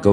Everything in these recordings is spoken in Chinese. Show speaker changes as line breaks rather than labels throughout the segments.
各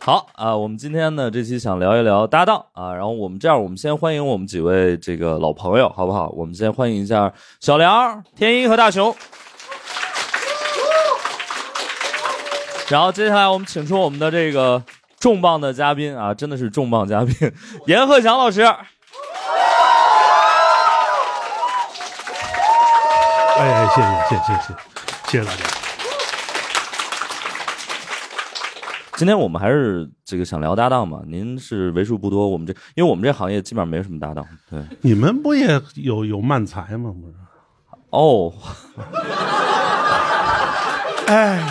好啊、我们今天呢这期想聊一聊搭档啊，然后我们这样，我们先欢迎我们几位这个老朋友，好不好？我们先欢迎一下小梁、天一和大熊。然后接下来我们请出我们的这个重磅的嘉宾啊，真的是重磅嘉宾，严鹤翔老师。
哎哎，谢谢谢谢谢谢谢谢大家。
今天我们还是这个想聊搭档嘛，您是为数不多，我们这因为我们这行业基本上没什么搭档，对。
你们不也有有漫才吗？不是？
哦，哎，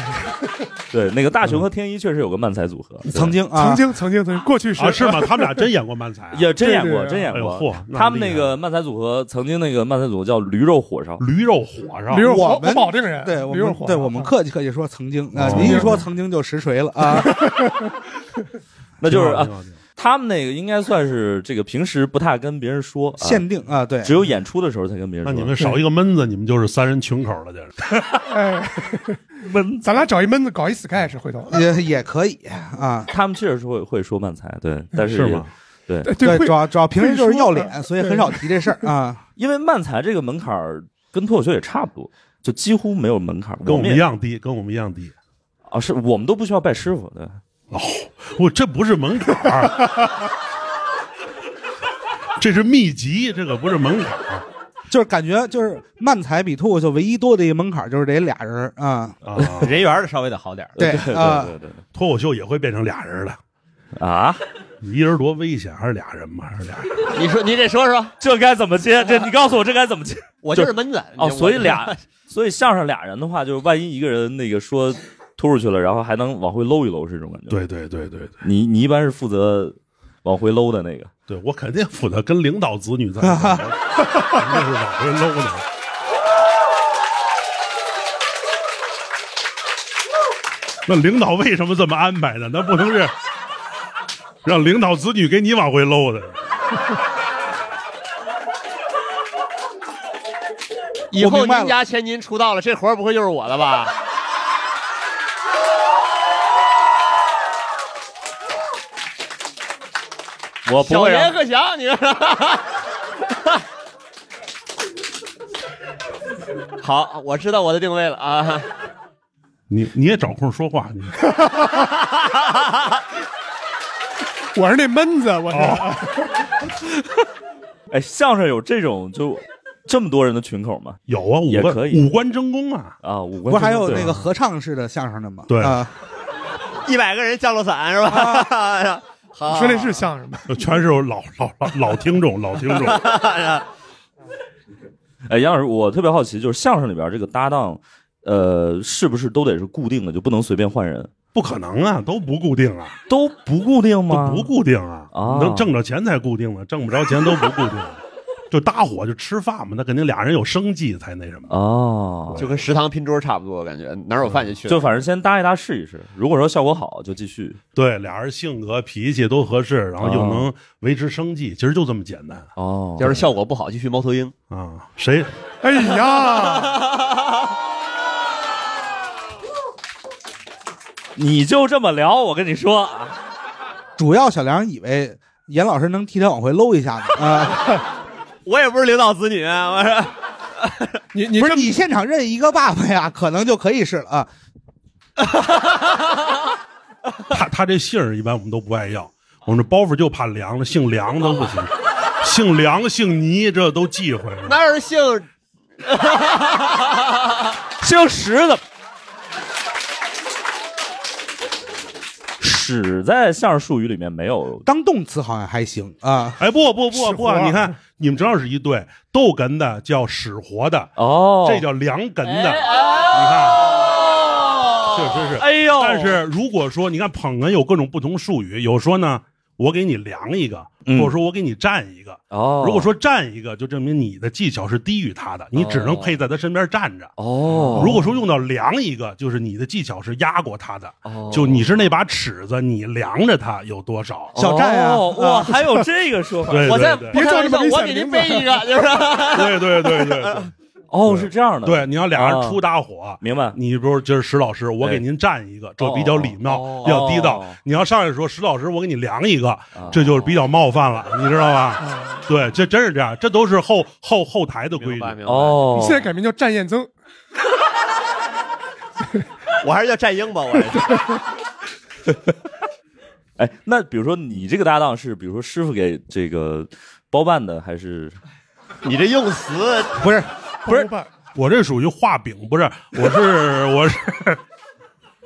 对，那个大熊和天一确实有个漫才组合，对，
曾经啊，
曾经曾经曾经过去
啊，是吗？他们俩真演过漫才、 啊
也真演过，
对对
真演
哎呦
过
嚯。那
他们
厉害
那个漫才组合曾经那个漫才组合叫驴肉火烧，
驴肉火烧，
驴肉火
我
我
们
保定人，
对我
驴肉
们
火，啊
对我们客气客气说曾经啊
哦，
您一说曾经就实锤了啊，
那就是
挺好
啊
挺，好挺好
他们那个应该算是这个平时不太跟别人说，啊
限定啊，对，
只有演出的时候才跟别人
那
说。
你们少一个闷子，你们就是三人群口了，就是。
哎，闷，咱俩找一闷子搞一 sky 是回头，哎
也也可以啊，
他们确实是会会说漫才，对，但是
是
也
吗
对，
对，
会
主要主要平时就是要脸，
会
所以很少提这事儿 啊，
因为漫才这个门槛儿跟脱口秀也差不多，就几乎没有门槛儿，
跟我们
也
一样低，跟我们一样低。
啊，是我们都不需要拜师傅，对。
我这不是门槛儿，啊这是秘籍，这个不是门槛儿
就是感觉就是漫才比脱口秀唯一多的一个门槛就是得俩人儿啊，
啊。
人缘儿的稍微得好点儿。
对
对
啊
对对
脱口秀也会变成俩人的，
对啊！
你一人多危险，还是俩人吧，还是俩人。
你说你这说说，
这该怎么接？ 这你告诉我这该怎么接？
我就是闷子
哦，
我
所以俩，所以相声俩人的话，就是万一一个人那个说突出去了，然后还能往回搂一搂，是这种感觉。，
对对对对对
你你一般是负责往回搂的那个。
对，我肯定负责跟领导子女在一块儿，肯定是 往回搂的。那领导为什么这么安排呢？那不能是让领导子女给你往回搂的。
以
我
后
明白
您家千金出道了，这活儿不会就是我的 吧？
我不
小
会
严
让，
鹤翔，你说好，我知道我的定位了啊！
你你也找空说话， 你
我是那闷子，我是、
哎，相声有这种就这么多人的群口吗？
有啊，五
也
官
可以
五官争功啊，
啊，五官
不是还有
对啊
那个合唱式的相声的吗？
对
啊，
一百个人降落伞是吧？好，
你说那是相 声吗？
全是老老老老听众，老听众。
哎，杨老师，我特别好奇，就是相声里边这个搭档，呃，是不是都得是固定的，就不能随便换人？
不可能啊，都不固定啊，
都不固定
都
吗？
不固定啊，
哦
啊
能挣着钱才固定呢，挣不着钱都不固定。 就搭伙就吃饭嘛，那肯定俩人有生计才那什么。
哦，
就跟食堂拼桌差不多，我感觉哪儿有饭就去。
就反正先搭一搭试一试，如果说效果好就继续。
对，俩人性格脾气都合适，然后又
哦
啊
能维持生计，其实就这么简单
哦，
要是效果不好，继续猫头鹰。
啊。谁
哎呀，
你就这么聊，我跟你说，
主要小梁以为严老师能替他往回搂一下子啊，
我也不是领导子女，啊我说
你你
不是
这么
你现场认一个爸爸呀，可能就可以是了啊，
他他这姓儿一般我们都不爱要，我们这包袱就怕凉了，姓梁都不行， 姓梁姓倪这都忌讳。
哪有人姓
姓石的。屎在相声术语里面没有，
当动词好像还行啊。
哎，不不不
使
不
活
啊，
儿
你看你们正好是一对，逗哏的叫使活的，
哦，
这叫梁哏的，
哎
你看。确实是，
哎呦，
但是如果说你看捧哏有各种不同术语，有说呢我给你量一个，
嗯
或者说我给你占一个。
哦，
如果说占一个，就证明你的技巧是低于他的，你只能配在他身边站着。
哦，
如果说用到量一个，就是你的技巧是压过他的，
哦
就你是那把尺子，你量着他有 多少。
小寨啊
哦，
啊
哇，还有这个说法
对对，
我在
对
不开玩笑，我给您背一个，就是
对对对 对对
哦是这样的，，
对，你要俩
哦
人出大火，
明白。
你比如今儿石老师，我
对
给您占一个，这比较礼
哦
貌，比较地道
哦。
你要上来说石老师，我给你量一个，这就是比较冒犯了，你知道吧？对，这真是这样，这都是后后后台的规
明
矩。
白明白。，
哦，
现在改名叫战燕增，
我还是叫战鹰吧，我还是
哎，那比如说你这个搭档是，比如说师傅给这个包办的，还是
你这用词
不是，
不是
我这属于画饼，不是，我是我是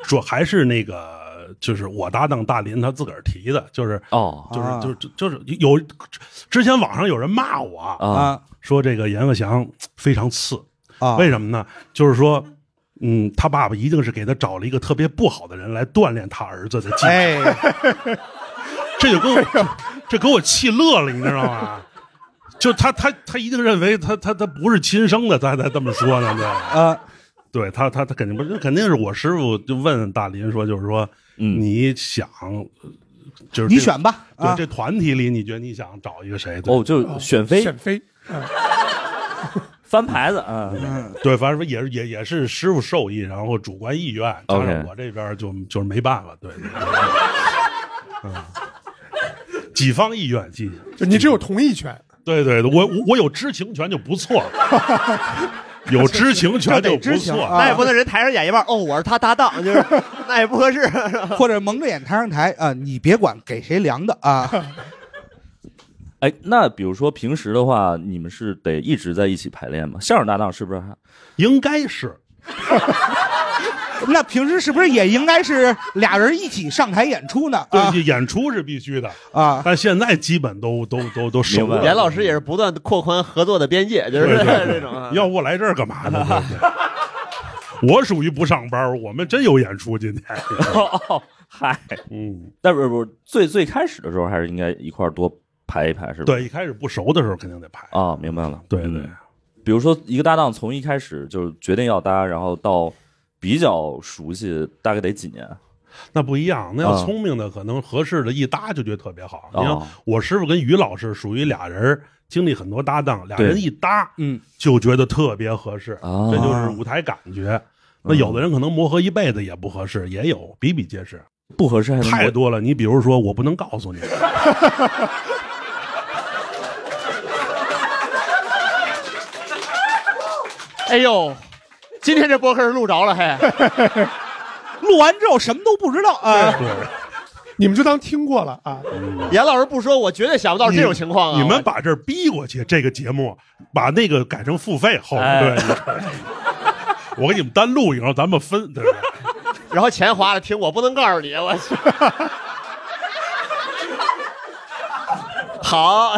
说还是那个。就是我搭档大林他自个儿提的，就是
哦
就是
啊
就是就是有，之前网上有人骂我啊
啊
啊
说这个阎鹤祥非常次，
啊，
为什么呢？就是说，嗯，他爸爸一定是给他找了一个特别不好的人来锻炼他儿子的技能，
哎，
这就给我这 这给我气乐了，你知道吗？就他他他一定认为他他他不是亲生的，他才这么说呢， 对
啊，
对他他他肯定不是，肯定是我师傅就问大林说，就是说，
嗯
你想呃就是
你
这
选吧
对
啊，
这团体里，你觉得你想找一个谁？对
哦，就选妃
选妃，
翻牌子啊，
对，反正也是也也是师傅授意，然后主观意愿，当然
OK
我这边就就是没办法，对，对 对嗯，己方意愿，记，
就你只有同意权，
对对对，我我我有知情权就不错了， 有知情权就
这得
不
知情
错，
啊
那也不能人台上演一半，哦，我是他搭 档，就是那也不合适。
或者蒙着眼台上台啊，你别管给谁量的 啊，
哎，那比如说平时的话，你们是得一直在一起排练吗？相声搭档是不是 还？
应该是
那平时是不是也应该是俩人一起上台演出呢？啊
对演出是必须的，
啊，
但现在基本都都都都熟
明白
了
了
严老师也是不断扩宽合作的边界，就是
对对对
这种啊。
嗯要不我来这儿干嘛呢？对不 对我属于不上班，我们真有演出今天，
哦哦，嗨，
嗯。
但不是不是最最开始的时候还是应该一块儿多排一排，是吧？
对，一开始不熟的时候肯定得
哦
拍。
啊，明白了。
对对
嗯，比如说一个搭档从一开始就是决定要搭，然后到比较熟悉，大概得几年？
那不一样。那要
啊
聪明的，可能合适的一搭就觉得特别好。你
哦
看我师傅跟于老师属于俩人经历很多搭档，俩
对
人一搭
嗯，
就觉得特别合适，
啊
这就是舞台感觉。那有的人可能磨合一辈子也不合适，也有比比皆是，
不合适还能
太多了。你比如说，我不能告诉你，
哎呦，今天这播客是录着了，嘿，
录完之后什么都不知道啊，
对，
你们就当听过了啊。
严老师不说，我绝对想不到这种情况啊！
你们
把
把这儿逼过去，这个节目把那个改成付费后，
哎
对， 我给你们单录一个，然后咱们分，对不对？
然后钱花了，听我不能告诉你，我去。 好，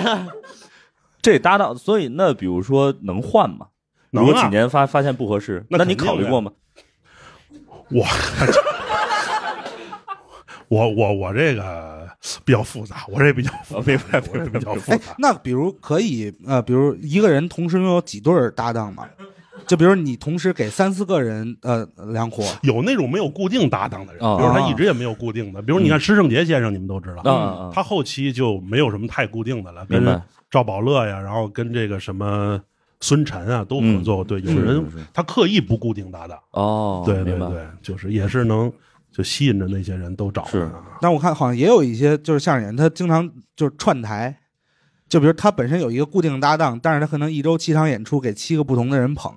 这搭档，所以那比如说能换吗？
能啊
如果几年发发现不合适，
那
那你
肯定
考虑
的
过吗？
我 我我我这个比较复杂，我这比较
哦
复杂，明白？我这比较复
哎
杂，。
那比如可以呃，比如一个人同时拥有几对儿搭档嘛？就比如你同时给三四个人呃量活，
有那种没有固定搭档的人，
哦
比如他一直也没有固定的，比如你看施圣杰先生，你们都知
嗯
道，
嗯嗯
他后期就没有什么太固定的了，
明白
跟赵宝乐呀，然后跟这个什么孙晨啊都合作过。对，有人
嗯是是
他刻意不固定搭档，
哦，
对对
明白。
对，就是也是能就吸引着那些人都找
是
他啊
但我看好像也有一些就是相声演员，他经常就是串台，就比如他本身有一个固定搭档，但是他可能一周七场演出，给七个不同的人捧。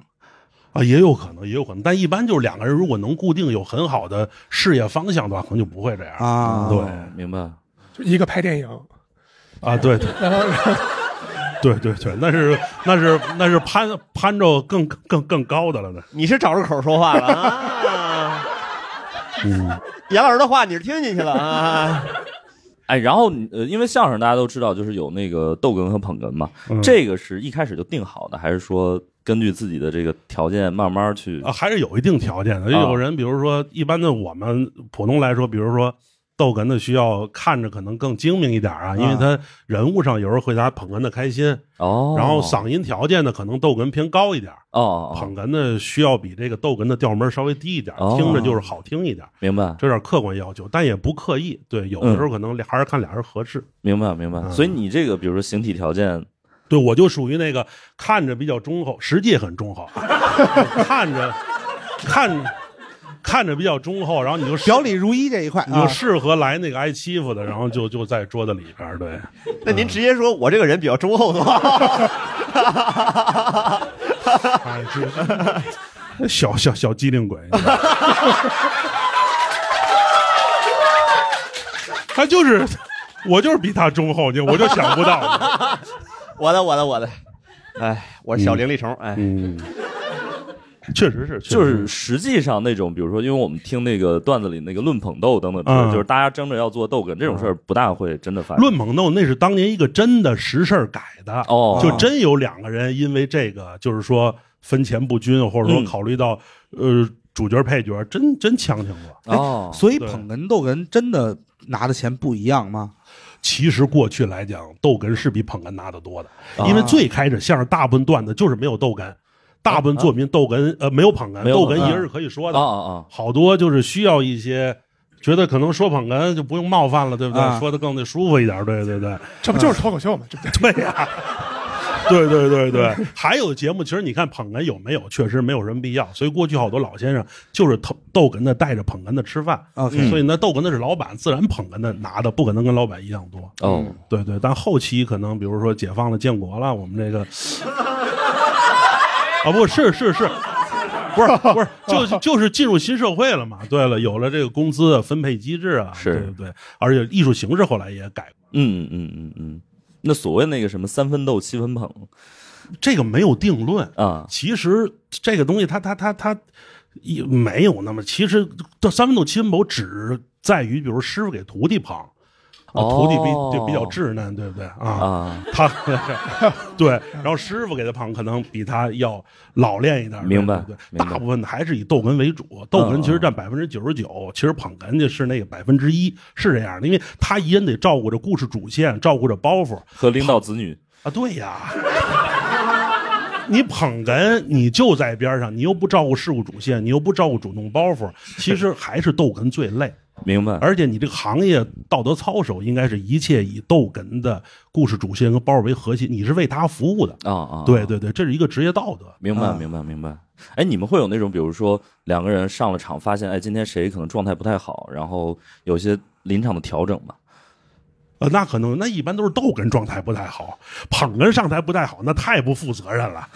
啊，也有可能，也有可能，但一般就是两个人如果能固定有很好的事业方向的话，可能就不会这样嗯
啊
对。
哦明白。
就一个拍电影，
啊，对对
然后然 后
对对对，那是那是那是攀攀着更更更高的了呢。
你是找着口说话了 啊！
嗯，
严老师的话你是听进去了啊？
哎，然后你呃，因为相声大家都知道，就是有那个逗哏和捧哏嘛，
嗯
这个是一开始就定好的，还是说根据自己的这个条件慢慢
啊
去？
啊还是有一定条件的。
啊
有人比如说，一般的我们普通来说，比如说逗哏的需要看着可能更精明一点啊，因为他人物上有时候会拿捧哏的开心
哦
然后嗓音条件呢可能逗哏偏高一点
哦，
啊
捧哏的需要比这个逗哏的调门稍微低一点，
哦
听着就是好听一点，
明白
这有点客观要求，但也不刻意。对，有
嗯
的时候可能俩还是看俩人合适。
明白明白。
嗯
所以你这个，比如说形体条件，
对我就属于那个看着比较忠厚，实际也很忠厚， 看着看看着比较忠厚，然后你就
表里如一这一块，
你就
啊
适合来那个挨欺负的，然后就就在桌子里边儿对。
那您直接说我这个人比较忠厚的话，
哎，这小小小机灵鬼，你知道吗 他就是 我就是比他忠厚，你我就想不到。
我的我的我的，哎，我是小伶俐虫，哎，
嗯，确实是，确实
就是实际上那种，比如说，因为我们听那个段子里那个论捧逗等等之类的，
嗯
就是大家争着要做逗哏这种事儿，不大会真的发生。
论猛斗那是当年一个真的实事儿改的，
哦
就真有两个人因为这个，就是说分钱不均，或者说
嗯
考虑到、呃主角配角，真真呛呛过。
哦，
所以
对
捧哏逗哏真的拿的钱不一样吗？
其实过去来讲，逗哏是比捧哏拿的多的，
啊
因为最开始相声大部分段子就是没有逗哏，大部分作品逗哏呃没有捧哏，
没有
逗哏
捧
一
哏
人是可以说
啊
的，
啊啊，
好多就是需要一些。觉得可能说捧哏就不用冒犯了，对不对？
嗯
啊
说的更得舒服一点，对对对。
这不就是脱口秀吗？这不
对呀、 对对对对，还有节目，其实你看捧哏有没有，确实没有什么必要。所以过去好多老先生就是逗逗哏的带着捧哏的吃饭
OK
所以呢，逗哏的是老板，自然捧哏的拿的不可能跟老板一样多。
哦，
对对，但后期可能比如说解放了、建国了，我们这个 啊，不是是是，不是不是，就就是进入新社会了嘛。对了，有了这个工资分配机制啊，
是
对对对，而且艺术形式后来也改
嗯嗯嗯嗯嗯。那所谓那个什么三分逗七分捧
这个没有定论
啊，
其实这个东西它，它它它也没有那么。其实这三分斗七分谋只在于，比如师傅给徒弟捧，啊
哦
徒弟比就比较稚嫩，对不对啊？
啊，
他 对，然后师傅给他捧，可能比他要老练一点。
明白
对对
明白嗯
大部分还是以逗哏为主，逗哏其实占百分之九十九，其实捧哏就是那个百分之一，是这样的，因为他一人得照顾着故事主线，照顾着包袱，
和领导子女
啊，对呀，你捧哏，你就在边上，你又不照顾事故主线，你又不照顾主动包袱，其实还是逗哏最累。
明白？
而且你这个行业道德操守应该是一切以逗哏的故事主线跟包袱为核心，你是为他服务的。
啊啊，
对对对，这是一个职业道德。
明白，
啊
明白，明白。哎，你们会有那种，比如说两个人上了场，发现哎，今天谁可能状态不太好，然后有些临场的调整吧？
呃，那可能那一般都是逗哏状态不太好，捧哏上台不太好，那太不负责任了。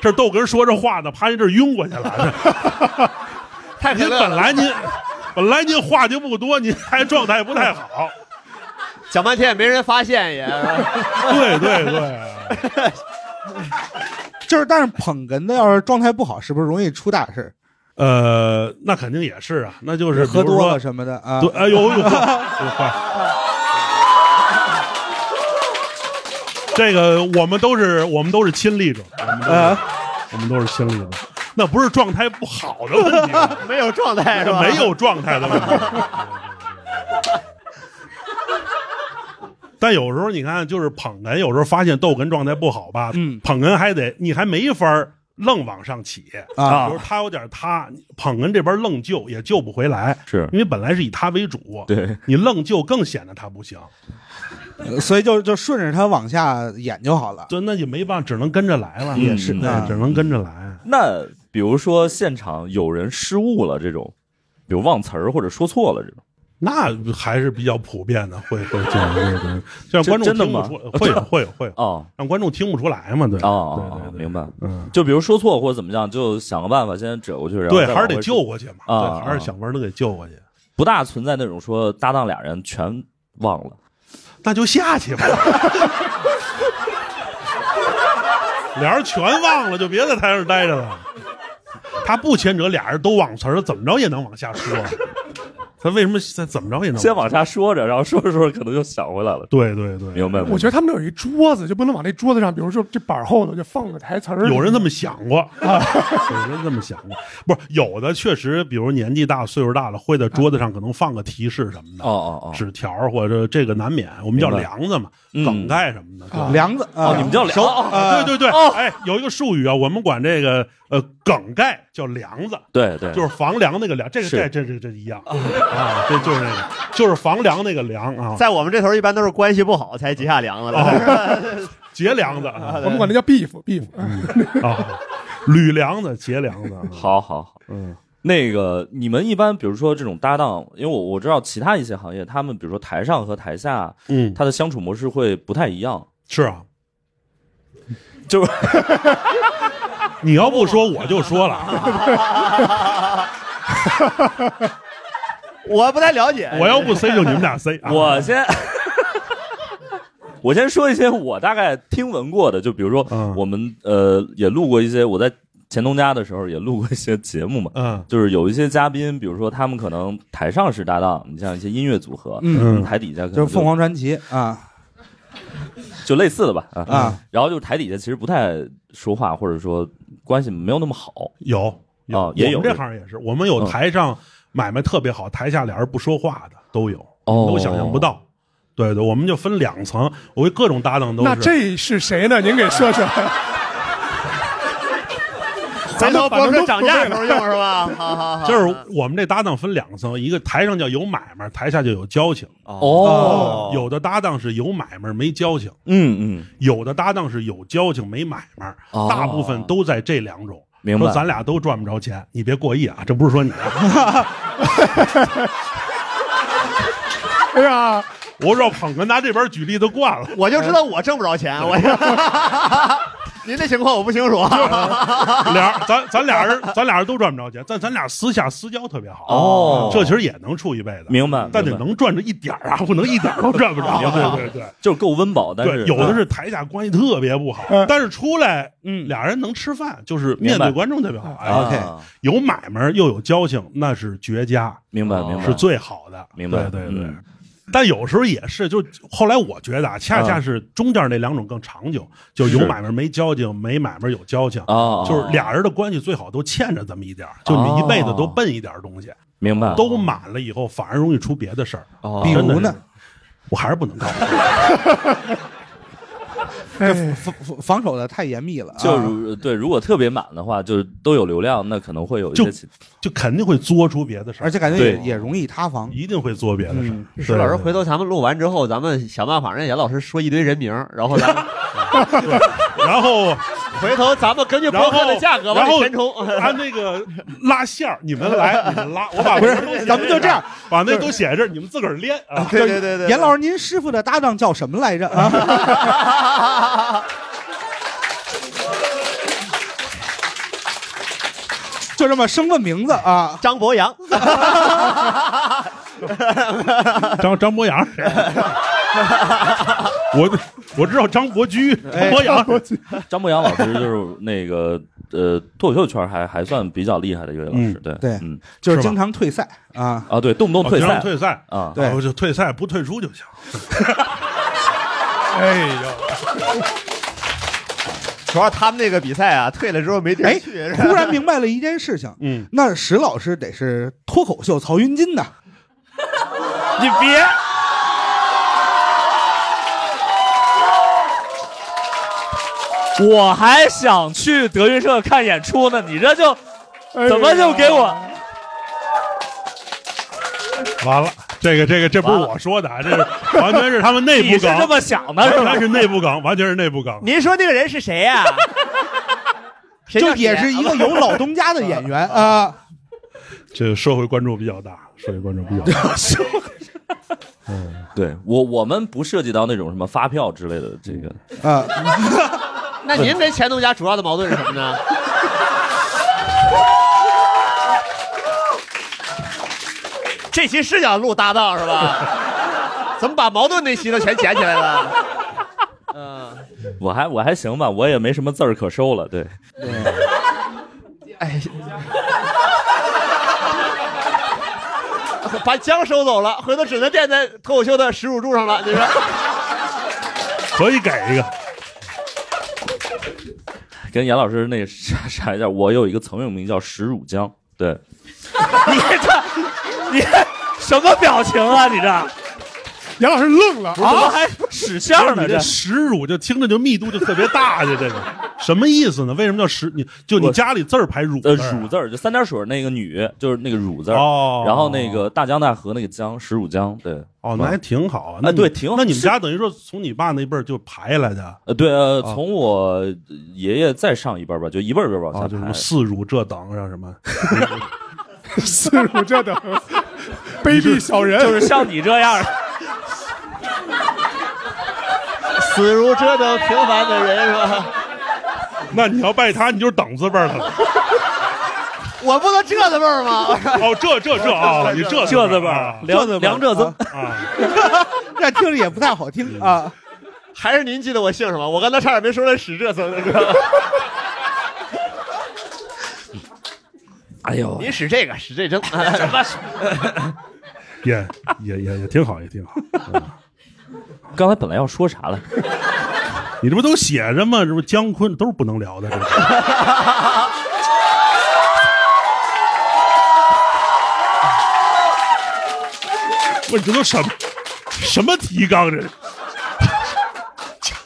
这逗哏说着话呢，啪一阵晕过去了。这
太可
您
乐
本
了，
来您本来您话就不多，您还状态不太好。
讲半天也没人发现 也，
对对对，
就是，但是捧哏的要是状态不好，是不是容易出大事？
呃，那肯定也是啊，那就是
喝多了
是
什么的啊
对，？哎呦 呦，哇这个我们都是我们都是亲历者，我们都是、
啊
我们都是亲历者，那不是状态不好的问题，
没有状态是吧？
没有状态的问题。 但有时候你看，就是捧哏，有时候发现逗哏状态不好吧，
嗯
捧哏还得你还没法儿愣往上起
啊
比如他有点塌，捧哏这边愣救也救不回来，
是
因为本来是以他为主，
对，
你愣救更显得他不行，
呃所以就就顺着他往下演就好了。
对，那就没办法，只能跟着来了，
也是
对
啊，
只能跟着来。
那比如说现场有人失误了这种，比如忘词儿或者说错了这种，
那还是比较普遍的，会会这样，对 对，这样观众
真的
听不
吗
出，会有会有会有，
哦
让观众听不出来嘛，对，
哦哦
对，
哦
对对，
明白。
嗯，
就比如说错或者怎么样，就想个办法先折过去，然后
对，
再
还是
往
得
回
救，过去嘛，
啊
对，还是想法儿都给救过去，
不大存在那种说搭档俩人全忘了。
那就下去吧。 俩人全忘了，就别在台上待着了。他不前者，俩人都忘词儿了，怎么着也能往下说。他为什么在怎么着也能
先往下说着，然后说着说着可能就想回来了。
对对对，
明白。
我觉得他们那有一桌子，就不能往那桌子上，比如说这板后头就放个台词儿。
有人这么想过， 有人这么想过，不是有的确实，比如年纪大、岁数大了，会在桌子上可能放个提示什么的，
哦哦哦，
纸条儿或者这个难免，我们叫
明白
梁子嘛，
嗯
梗概什么的。
啊
梁子啊，
哦，你们叫聊哦
对对对，哎，有一个术语啊，我们管这个呃梗概叫梁子，
对对，
就是房梁那个梁，这个
是
这这这这一样 啊，这就是那个，就是房梁那个梁 啊，
在我们这头一般都是关系不好才结下梁了 的。
结梁子啊
我们管那叫 beef，beef。
啊，吕梁子结 梁子啊，
好好好，
嗯，
那个你们一般比如说这种搭档，因为我我知道其他一些行业，他们比如说台上和台下，
嗯，
他的相处模式会不太一样。
是啊，
就是
你要不说我就说 了啊，
我不太了解，
我要不 C 就你们俩 C 啊，
我先。我先说一些我大概听闻过的，就比如说
嗯
我们、呃也录过一些，我在钱东家的时候也录过一些节目嘛，
嗯
就是有一些嘉宾，比如说他们可能台上是搭档，你像一些音乐组合，
嗯，
嗯
台底下可能
就
就是
凤凰传奇啊
就类似的吧啊
啊
然后就是台底下其实不太说话，或者说关系没有那么好，
有
哦也有
我们这行也是，我们有
嗯
台上买卖特别好，台下俩人不说话的都有，
哦
都想象不到。对对，我们就分两层，我各种搭档都是。
那这是谁呢？您给说说。
回头博客涨价
咱
时
们
候用是 吧？好好
啊
好，
就是我们这搭档分两层，一个台上叫有买卖，台下就有交情。
哦
有的搭档是有买卖没交情，
嗯嗯，
有的搭档是有交情没买卖，
哦
大部分都在这两种。
明白
说咱俩都赚不着钱，你别过意啊，这不是说你啊，
哎呀，
我说捧哏拿这边举例子惯了。
我就知道我挣不着钱，我 您这情况我不清楚。
俩儿咱咱俩人，咱俩人都赚不着钱，但咱俩私下私交特别好。
哦
这其实也能处一辈子，
明白
但得
明白
能赚着一点儿啊，不能一点儿都赚不 着。对对对。
就是够温饱，但
对，
是嗯
有的是台下关系特别不好，但是出来，
嗯
俩人能吃饭，就是
明白
面对观众特别好。哎
啊
OK
有买卖又有交情，那是绝佳，
明白
哦
明白
是最好的。
明白
对对对
嗯。
但有时候也是，就后来我觉得啊，恰恰是中间那两种更长久，就有
嗯是
买卖没交情，没买卖有交情。
啊，
就是俩人的关系最好都欠着这么一点儿，就
哦
你一辈子都奔一点儿东西，
明白
都满了以后反而容易出别的事儿。
哦
比
真的
如
是
呢，
我还是不能告诉你。
哎
防防防守的太严密了啊，
就如对，如果特别满的话，就是都有流量，那可能会有一
就
些其
就肯定会作出别的事儿，
而且嗯感觉
对
也也容易塌房。
一定会作别的事儿。对
石老师，回头咱们录完之后，咱们想办法让杨老师说一堆人名，然后咱们
对然后
回头咱们 根据
然
博
后
客的价格
然
往里
后
填充。
按那个拉线儿，你们来，你 们拉，我把
不
名儿都
是，咱们就这样。
啊把那都写在这儿，你们自个儿练 啊。
对对对对，
严老师，您师傅的搭档叫什么来着啊？就这么生个名字啊？
张博洋，
张张博洋， 我我知道张伯驹，哎张博洋，
张博洋老师就是那个呃脱口秀圈还还算比较厉害的一位老师，对
对
嗯
就是
是吧
经常退赛啊？
啊对，动不动退
哦经常
赛
退赛
啊
对
我就退赛不退出就行。
哎呦，
主要他们那个比赛啊，退了之后没地儿
哎
去，是，吧
突然明白了一件事情，
嗯，
那石老师得是脱口秀曹云金呐。
你别。我还想去德云社看演出呢，你这就怎么就给我？
完了，这个这个这不是
完了
我说的，啊，这是完全是他们内
你
部
是这
梗，
么想
哎
的，是
完
吧
全？是内部梗，完全是内部梗。
您说那个人是谁 呀？谁叫
就
谁
也是一个有老东家的演员啊。
这个社会关注比较大，社会关注比 较大。
对我我们不涉及到那种什么发票之类的这个，
啊，
那您跟钱东家主要的矛盾是什么呢？ 这期是想录搭档是吧？ 怎么把矛盾那期都全捡起来 了？
我还我还行吧，我也没什么字儿可收了。 对，
哎，把姜收走了，回头只能垫在脱口秀的耻辱柱上了。你 说，
可以给一个，
跟严老师那啥啥一下，我有一个曾用名叫石乳浆，对，
你这你什么表情啊？你这
杨老师愣了
怎 么
啊！
还使相
你
呢？
这
这
石乳就听着就密度就特别大啊去，这个什么意思呢？为什么叫石？你就你
我
家里字儿排乳字
呃，
儿啊
乳字儿就三点水那个女，就是那个乳字儿，
哦，
然后那个大江大河那个江，石乳江，对，
哦，那还挺好啊。
啊
那你
对挺好
那你们家等于说从你爸那辈儿就排来的
呃，对，呃，
啊
从我爷爷再上一辈儿吧，就一辈儿一辈儿往
啊，
下
就什
排
么，四乳这等啊让什么？
四乳这 等卑鄙小人，
就是像你这样，
死如这等平凡的人是吧？
那你要拜他，你就是等字辈儿了。
我不能这的味儿吗？
哦，这这这啊，你这
这字
字辈
辈
儿
儿
啊
梁梁这字，
啊，
这听着也不太好听 啊。
还是您记得我姓什么？我刚才差点没说成史这字儿了。
哎呦，
您使这个，使这针。
也也也也挺好，也挺好。
刚才本来要说啥了？
你这不都写着吗？这不姜昆都是 不能聊的。这个不是，这都什么什么提纲这是？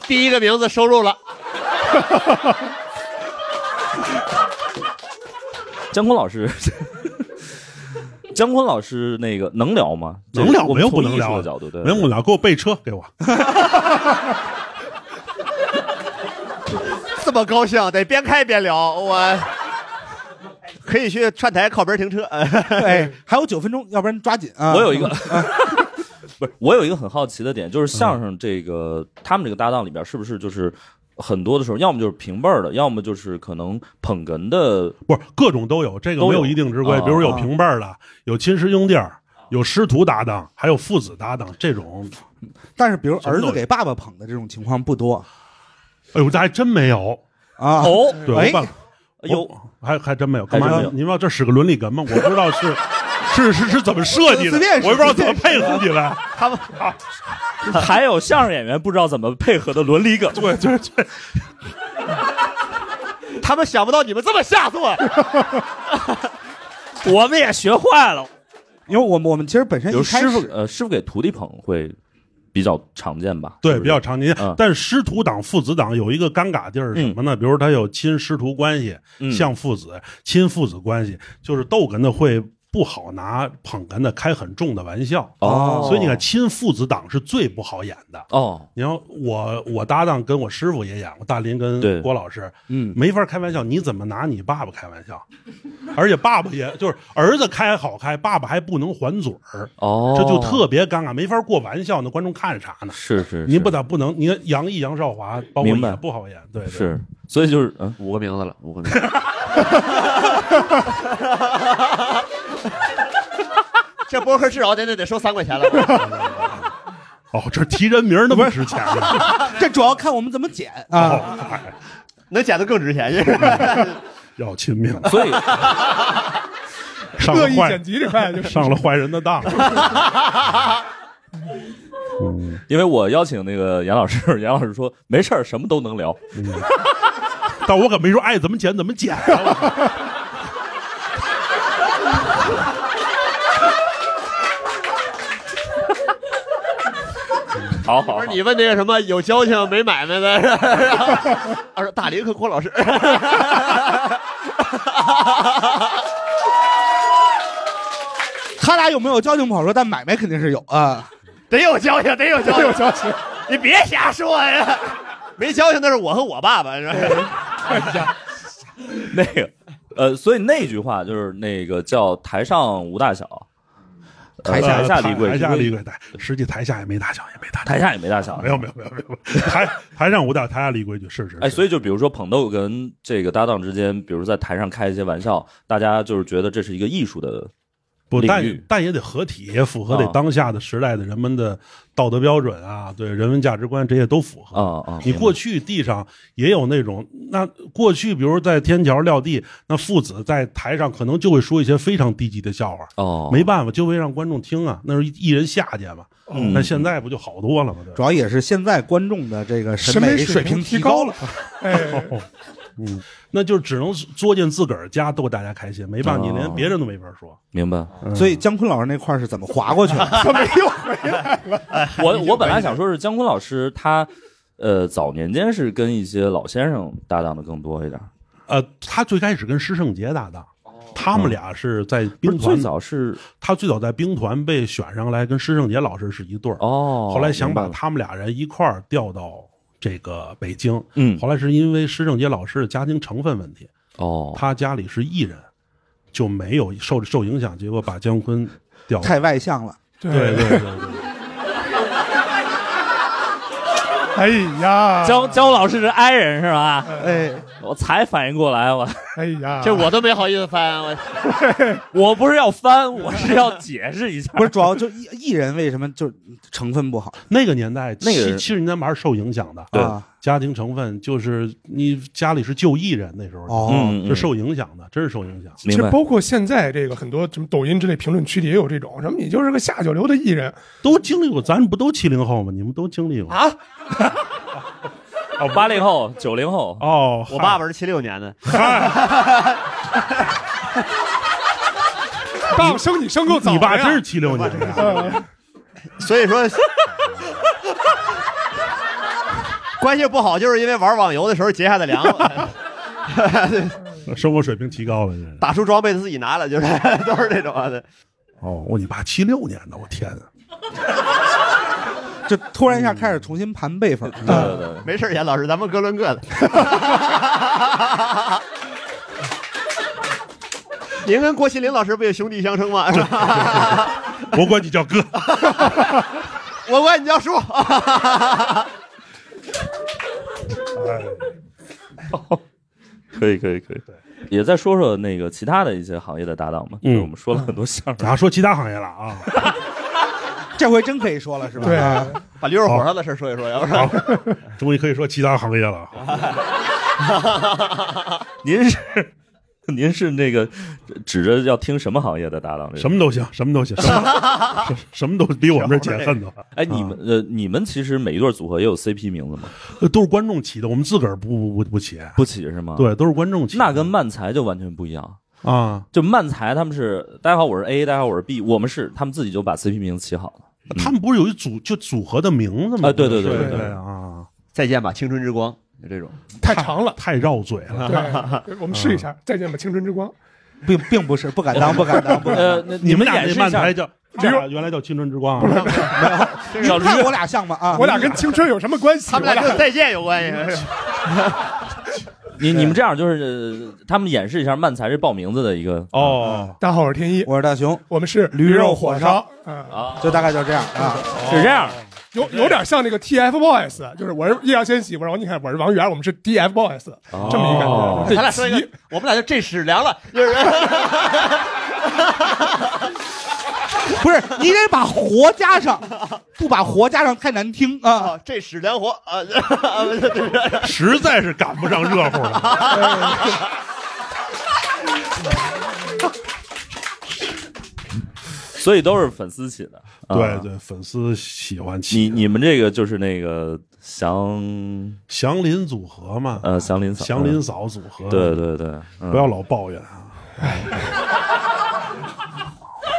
第一个名字收录了，
姜昆老师， 姜昆老师那个能聊吗？
能聊
我
没
们
有
从
不能
艺术
聊
的角度，对，
没有不能聊，给我备车，给我。
这么高兴，得边开边聊。我可以去串台靠边停车。
哎，还有九分钟，要不然抓紧啊！
我有一个， 不是我有一个很好奇的点，就是相声这个、他们这个搭档里边，是不是就是很多的时候，要么就是平辈儿的，要么就是可能捧哏的，
不是各种都有，这个
都
没
有
有一定之规
啊，
比如有平辈儿的，有亲师兄弟儿，有师徒搭档，还有父子搭档，这种，
但是比如
什么
儿
都有
子给爸爸捧的这种情况不多
哎呦，这还真没有，
啊。
哦，
对，
哎
我爸
有
我还还真没有，干嘛
还真没
要
有
你们要这使个伦理哏吗？我不知道是是是是怎么设计的
随便，使
我也不知道怎么配合你们。
他们
还有相声演员不知道怎么配合的伦理梗，
对对对，
他们想不到你们这么下作。
我们也学坏了。
因为我们我们其实本身
比如
一开
师
始
傅呃师傅给徒弟捧会比较常见吧？
对
是不
比
是
较常见
嗯。
但师徒档、父子档有一个尴尬地儿是什么呢？比如他有亲师徒关系，
嗯
像父子、亲父子关系，就是逗哏的会不好拿捧哏的开很重的玩笑。
哦，
所以你看，亲父子档是最不好演的。
哦，
你看我我搭档跟我师傅也演过，大林
对
跟郭老师，
嗯
没法开玩笑。你怎么拿你爸爸开玩笑？而且爸爸也就是儿子开好开，爸爸还不能还嘴儿，
哦，
这就特别尴尬，没法过玩笑。那观众看啥呢？
是是，
您
是
不咋不能，你看杨毅、杨少华，包括
明白
也不好演，对，对，
是，所以就是嗯，
五个名字了，五个名字。这播客至少得得得收三块钱了，
哦，这提人名儿那么值钱啊！
这主要看我们怎么剪啊。
哦，嗨
能减的更值钱。就是
要亲命，
所以
上
恶
了
意
坏
剪辑这块就是
上了坏人的当。
因为我邀请那个严老师， 严老师说没事儿，什么都能聊，
但我可没说爱怎么剪怎么剪啊！
好好
不
好
是，你问那个什么有交情没买卖的， 他说大林和郭老师，
他俩有没有交情不好说，但买卖肯定是有啊。
得有交情，得有交
没有
情，
消息。
你别瞎说呀。 没交情那是我和我爸 爸，是吧？
那个，呃，所以那句话就是那个叫“台上无大小，呃
台下
台下立贵，
台下立贵，对实际台下也没大小，也没大小，
台下也没大小。
啊没有没有没有没有， 台台上无大，台下立规矩，是是。
哎，所
以
以就比如说捧逗跟这个搭档之间，比如在台上开一些玩笑，大家就是觉得这是一个艺术的
不，
领
但
域
但也得合体，符合得
啊
当下的时代的人们的道德标准啊，对人文价值观这些都符合。
啊啊！
你过去地上也有那种，那过去比如在天桥撂地，那父子在台上可能就会说一些非常低级的笑话，
哦，
没办法就会让观众听啊，那是一人下去嘛。
嗯
那现在不就好多了吗？对吧
主要也是现在观众的这个审
审美
水
水
平
平
提
提
高
高
了
了，哎，
那就只能作践自个儿家逗大家开心，没
哦
办法，你连别人都没法说。
明白。
所以姜昆老师那块儿是怎么划过去的？
怎么又回来？
我我本来想说是姜昆老师他。呃，早年间是跟一些老先生搭档的更多一点，
呃，他最开始跟施圣杰搭档，他们俩是在
不
兵
是最
团，
早是
他最早在兵团被选上来，跟施圣杰老师是一对儿。
哦，
后来想把
明白了
他们俩人一块儿调到这个北京。
嗯
后来是因为施圣杰老师的家庭成分问题，
哦，
他家里是艺人，就没有受受影响，结果把姜昆调。
太外向了，
对对对对。
哎呀，
姜姜老师是 i 人是吧？
哎，
我才反应过来，我
哎呀，
这我都没好意思翻，啊我
我不是要翻，我是要解释一下。
不是主要就艺艺人为什么就成分不好？
那个年代，
那个
七
人
七十年代还是受影响的，
对
啊家庭成分就是你家里是旧艺人，那时候
哦
嗯，嗯
是受影响的，真是受影响。
其
明
实
白
包括现在这个很多什么抖音之类评论区里也有这种什么，你就是个下九流的艺人，
都经历过，咱不都七零后吗？你们都经历过
啊，
哦，八零后、九零后，
哦，
我
嗨
爸爸是七六年的，
爸爸生你生够早
你爸
的呀
真是七六年的，
所以 说。关系不好，就是因为玩网游的时候结下的梁，
生活水平提高了。这是
打出装备自己拿了，就是 都是这种啊。对
哦，我你爸七六年的，我天啊哪！
就突然一下开始重新盘辈 分。啊
对对对，
没事儿，严老师，咱们各论各的。 您跟郭麒麟老师不也兄弟相称吗？是吧
我管你叫 哥，
我管你叫叔。
哎
可以可以可以。也再说说那个其他的一些行业的搭档嘛，
嗯
就是我们说了很多相声，
啊，说其他行业了啊。
这回真可以说了是吧？
对啊，
把驴肉火烧的事儿说一说，要不然
好，终于可以说其他行业了啊。
您是 您是那个指着要听什么行业的搭档？
什？么都行，什么都行，什么 什什么都比我们这儿解恨的。
哎，你
啊
们呃，你们其实每一对组合也有 CP 名字吗？
呃都是观众起的，我们自个儿不不不不起。
不起是吗？，
对，都是观众起的。
那跟漫才就完全不一样。
啊，
就漫才他们是，大家好，我是 A，大家好，我是 B，我们是他们自己就把 CP 名起好了。
他们不是有一组就组合的名字吗？
啊对对对
对
对对
啊，
再见吧，青春之光，就这种。
太长 了。
太绕嘴了。
对，我们试一下，再见吧，青春之光。
并并不是不敢当，不敢当，不敢
呃，
当。
那
你们
俩
俩
演
那
示一
漫
下
才，叫这俩原来叫青春之光啊，
小
你看我俩像吗？啊，
我俩跟青春有什么关系？
他们俩跟再见有关系。
你你们这样就是呃他们演示一下漫才这报名字的一个
哦，
大家好，我是天一，
我是大熊，
我们是
驴肉火烧
烧，嗯，
啊，
就大概就这样啊。
是这样。
有有点像那个 TFBOYS，就是我是易烊千玺，然后你看我是王源，我们是 TFBOYS，这么一个感觉。
咱俩说一个， 我们俩就这屎凉了，就是哎
不是，你得把“活”加上，不把“活”加上太难听啊。
啊，这屎凉活啊，啊不是这是
实在是赶不上热乎 了。
所以都是粉丝起的。啊
对，对，粉丝喜欢
你
起
你们这个就是那个祥
祥林组合嘛，
呃祥林嫂，
祥林嫂组合。
对，对对，嗯
不要老抱怨啊。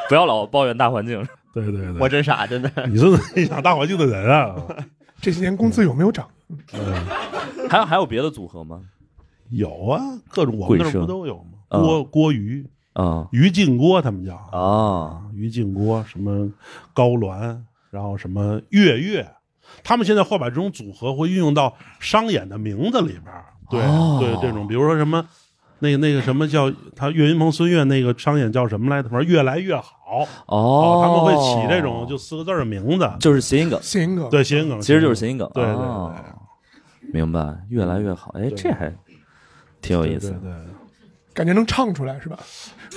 不要老抱怨大环境。
对对对，
我真傻，真的。
你真是影响大环境的人 啊。
这些年工资有没有涨？
还有还有别的组合吗？
有啊，各种我们那
贵
儿
社
不都有吗？
啊
郭郭鱼、
啊
于靖郭他们叫啊
啊，
于靖郭，什么高鸾，然后什么月月，他们现在会把这种组合会运用到商演的名字里边儿。对、
哦
对，这种比如说什么，那个那个什么叫他岳云鹏、孙越那个商演叫什么来着？反正越来越好
哦，
他们会起这种就四个字儿的名字，
就是谐音梗，
谐音梗，
对谐音梗，
哦其实就是谐音梗。
对对对
哦明白，越来越好。哎，这还挺有
对
意
对
思。
对，
感觉能唱出来是吧？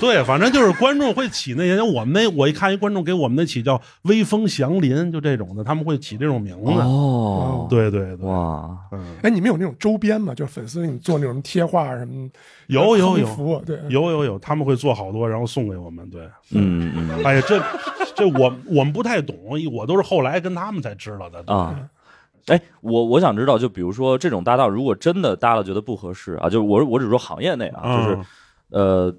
对，反正就是观众会起那些，像我们那我一看一观众给我们那起叫“微风祥林”，就这种的，他们会起这种名字。
哦，
对对对，
哇，
嗯，
哎，你们有那种周边吗？就是粉丝给你做那种贴画什么？
有有
横
有
幅对，
有有有，他们会做好多，然后送给我们。对，
嗯嗯
哎呀，这这我我们不太懂，我都是后来跟他们才知道的。
啊。哎，我我想知道，就比如说这种搭档，如果真的搭了觉得不合适啊，就是我我只说行业内啊，就是、
嗯
呃，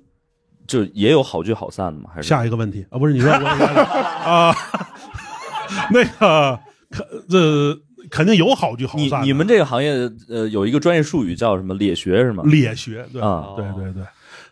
就也有好聚好散的嘛，还是
下一个问题啊，不是你说我我啊， 那个肯这肯定有好聚好
你
散的。
你们这个行业呃有一个专业术语叫什么脸学是吗？
脸学对
啊
对对对，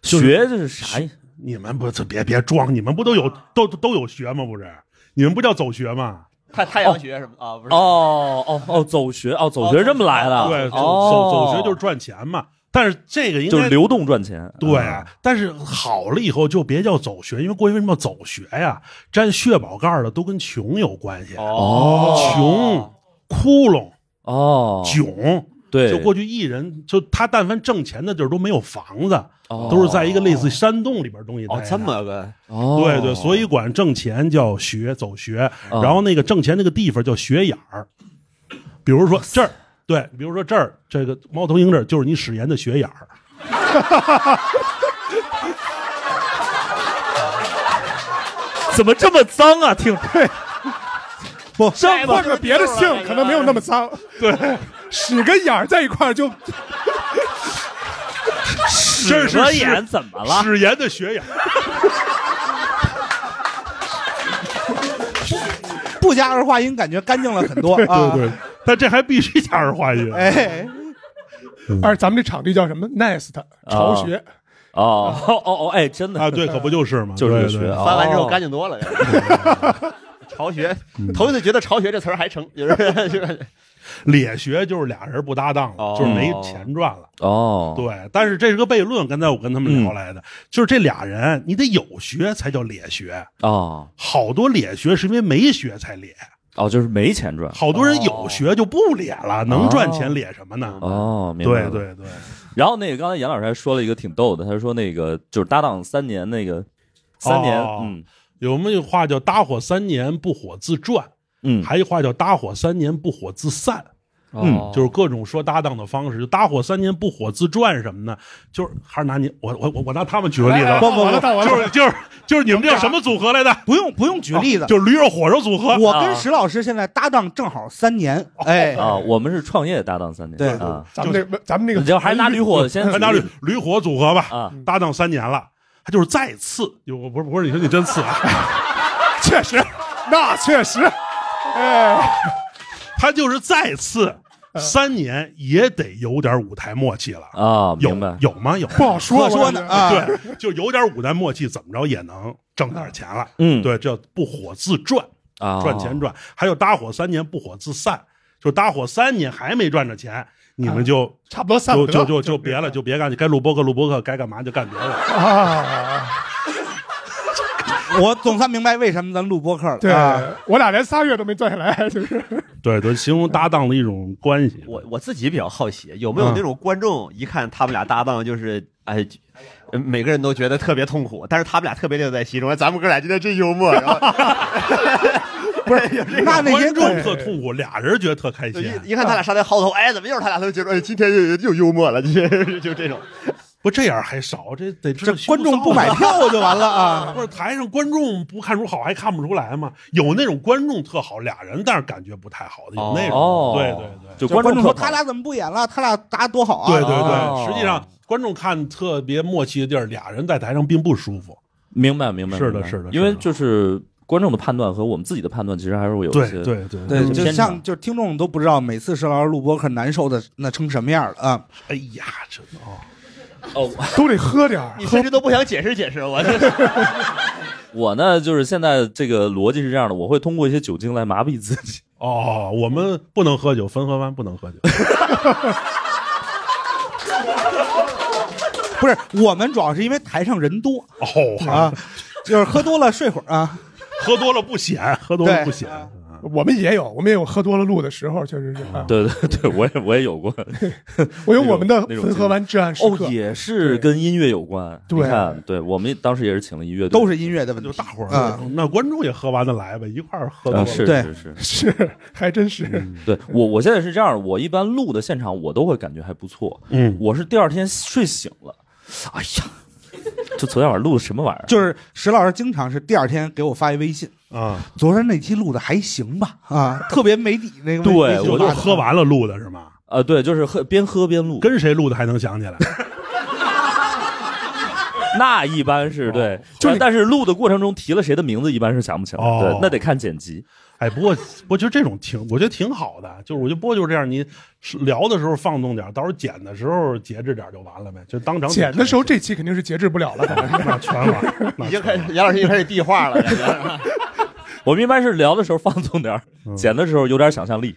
就是
学这是啥呀？
你们不这别别装，你们不都有都都有学吗？不是，你们不叫走学吗？
太太阳穴什么啊？不是，
哦哦哦，走学哦，走学这么来的，
对，走走
哦
走学就是赚钱嘛。但是这个应
就是
该
流动赚钱，
对
啊，
但是好了以后就别叫走学，因为过去为什么叫走学呀？沾血宝盖儿的都跟穷有关系，
哦
穷、窟窿、
哦，
囧。
对，
就过去艺人，就他但凡挣钱的地儿都没有房子，
哦
都是在一个类似山洞里边儿东西待着。
哦，这么个
哦，
对对，所以管挣钱叫学走学，
哦
然后那个挣钱那个地方叫学眼儿，比如说这儿，对，比如说这儿这个猫头鹰这儿就是你史岩的学眼儿。
怎么这么脏啊？听，
这换个别的姓，可能没有那么脏。对，屎跟眼儿在一块儿就
这是
蛇眼怎么了？
史岩的学眼儿，
不加儿化音，感觉干净了很多啊。
对对，但这还必须加儿化 音。
哎，
而咱们这场地叫什么？Nest 巢穴，
哦哦哦哦，哎，真的
啊，对，可不就是嘛，
就是这个
对对
学啊
翻完之后干净多了。哦 巢穴，头一次觉得巢穴这词儿还成，就是就是
咧学就是俩人不搭档
哦
了，就是没钱赚了。
哦，
对，但是这是个悖论。刚才我跟他们聊来的，就是这俩人，你得有学才叫咧学。
哦
好多咧学是因为没学才咧，
哦，就是没钱赚
好多人有学就不咧了，能赚钱咧什么呢？
哦，明白
对
了。
对对，
然后那个刚才严老师还说了一个挺逗的，他说那个就是搭档三年那个三年，
哦
嗯
有没有话叫搭伙三年不火自转，
嗯，
还有一话叫搭伙三年不火自散。
嗯
就是各种说搭档的方式，就搭伙三年不火自转什么的，就是还是拿你我我我我拿他们举个例子吧，
不不不
就是就是就是你们这叫什么组合来的？
不用不用举例子，
哦就是驴肉火烧组合。
我跟石老师现在搭档正好三年，哎，
啊，我们是创业搭档三年，
对
啊，
咱们这咱们那个
你就还是拿驴火 先
还拿驴驴火组合吧，
啊
搭档三年了，他就是再次，就我不是不是你说你真次啊，
确实，那确实，哎，
他就是再次三年也得有点舞台默契了。
啊，
有
明白
有吗？有
不好说
可说呢啊
对，就有点舞台默契，怎么着也能挣点钱了。
嗯
对，这叫不火自转。
啊，
赚钱赚，还有搭伙三年不火自散，就搭伙三年还没赚着钱，你们就、
差不多散
就
了，
就就就别了，就别干，该录播客录播客，该干嘛就干别的。
啊，
我总算明白为什么咱录播客了。
对
啊，
我俩连仨月都没转下来，就是
对对，形容搭档的一种关系。
我我自己比较好奇，有没有那种观众一看他们俩搭档，就是哎，呃每个人都觉得特别痛苦，但是他们俩特别乐在其中。哎咱们哥俩今天真幽默，然后不是有这个。
那那些
观众
对
特痛苦，俩人觉得特开
就
心。
一一看他俩啥在薅头，哎，怎么又是他俩？他就觉得，哎，今天又又幽默了，就就这种。
不这样还少，这得知
这
道
观众不买
羞臊
票就完了
啊。
啊。
不是台上观众不看出好还看不出来吗？有那种观众特好，俩人但是感觉不太好的，有那种。
哦，
对对对。
就
就观
众
众
特
说
讨
他俩怎么不演了？他俩搭多好啊！
对对
哦
对，实际上观众看特别默契的地儿，俩人在台上并不舒服。
明白明白，
是的
明白
是的是的
因为就是观众的判断和我们自己的判断其实还是会有一
对
些
对对
对，
嗯
就
天
像
哪
就是听众都不知道，每次石老师录播客难受的那成什么样了 啊！
哎呀，真的哦，
哦，
都得喝点儿
你甚至都不想解释解释，我这
我呢就是现在这个逻辑是这样的，我会通过一些酒精来麻痹自己。
哦，我们不能喝酒，汾河湾不能喝酒。
不是，我们主要是因为台上人多
哦，
啊，就是喝多了睡会儿啊。
喝多了不显，喝多了不显。嗯嗯
我们也有，我们也有喝多了录的时候，确实是。啊、
对对对，我也我也有过
我有我们的
那种
汾河湾至暗时
哦
刻，，
也是跟音乐有关。
对
你看，对我们当时也是请了音乐队，
都是音乐的问
就
题。
大伙儿
嗯
那观众也喝完的来呗，一块儿喝多
啊，
了。
是
对
是是，
是还真是。
嗯
对我我现在是这样，我一般录的现场我都会感觉还不错，
嗯
我是第二天睡醒了，哎呀，就昨天晚上录的什么玩意儿？
就是石老师经常是第二天给我发一微信，
啊，
昨天那期录的还行吧？啊，特别没底那个。
对
微信
哎我
我
就
发的
喝完了录的是吗？
啊，对，就是喝边喝边录，
跟谁录的还能想起来？
那一般是对，就是但是录的过程中提了谁的名字，一般是想不起来，
哦
对，那得看剪辑。
哎，不过我觉得这种挺，我觉得挺好的。就是我觉得播就是这样，你是聊的时候放纵点，到时候剪的时候节制点就完了呗，就当场
剪的时候这期肯定是节制不了了，反正
那全完，那
已
全完
经开始，杨老师已经开始递话了，感觉
我们一般是聊的时候放纵点儿，剪的时候有点想象力。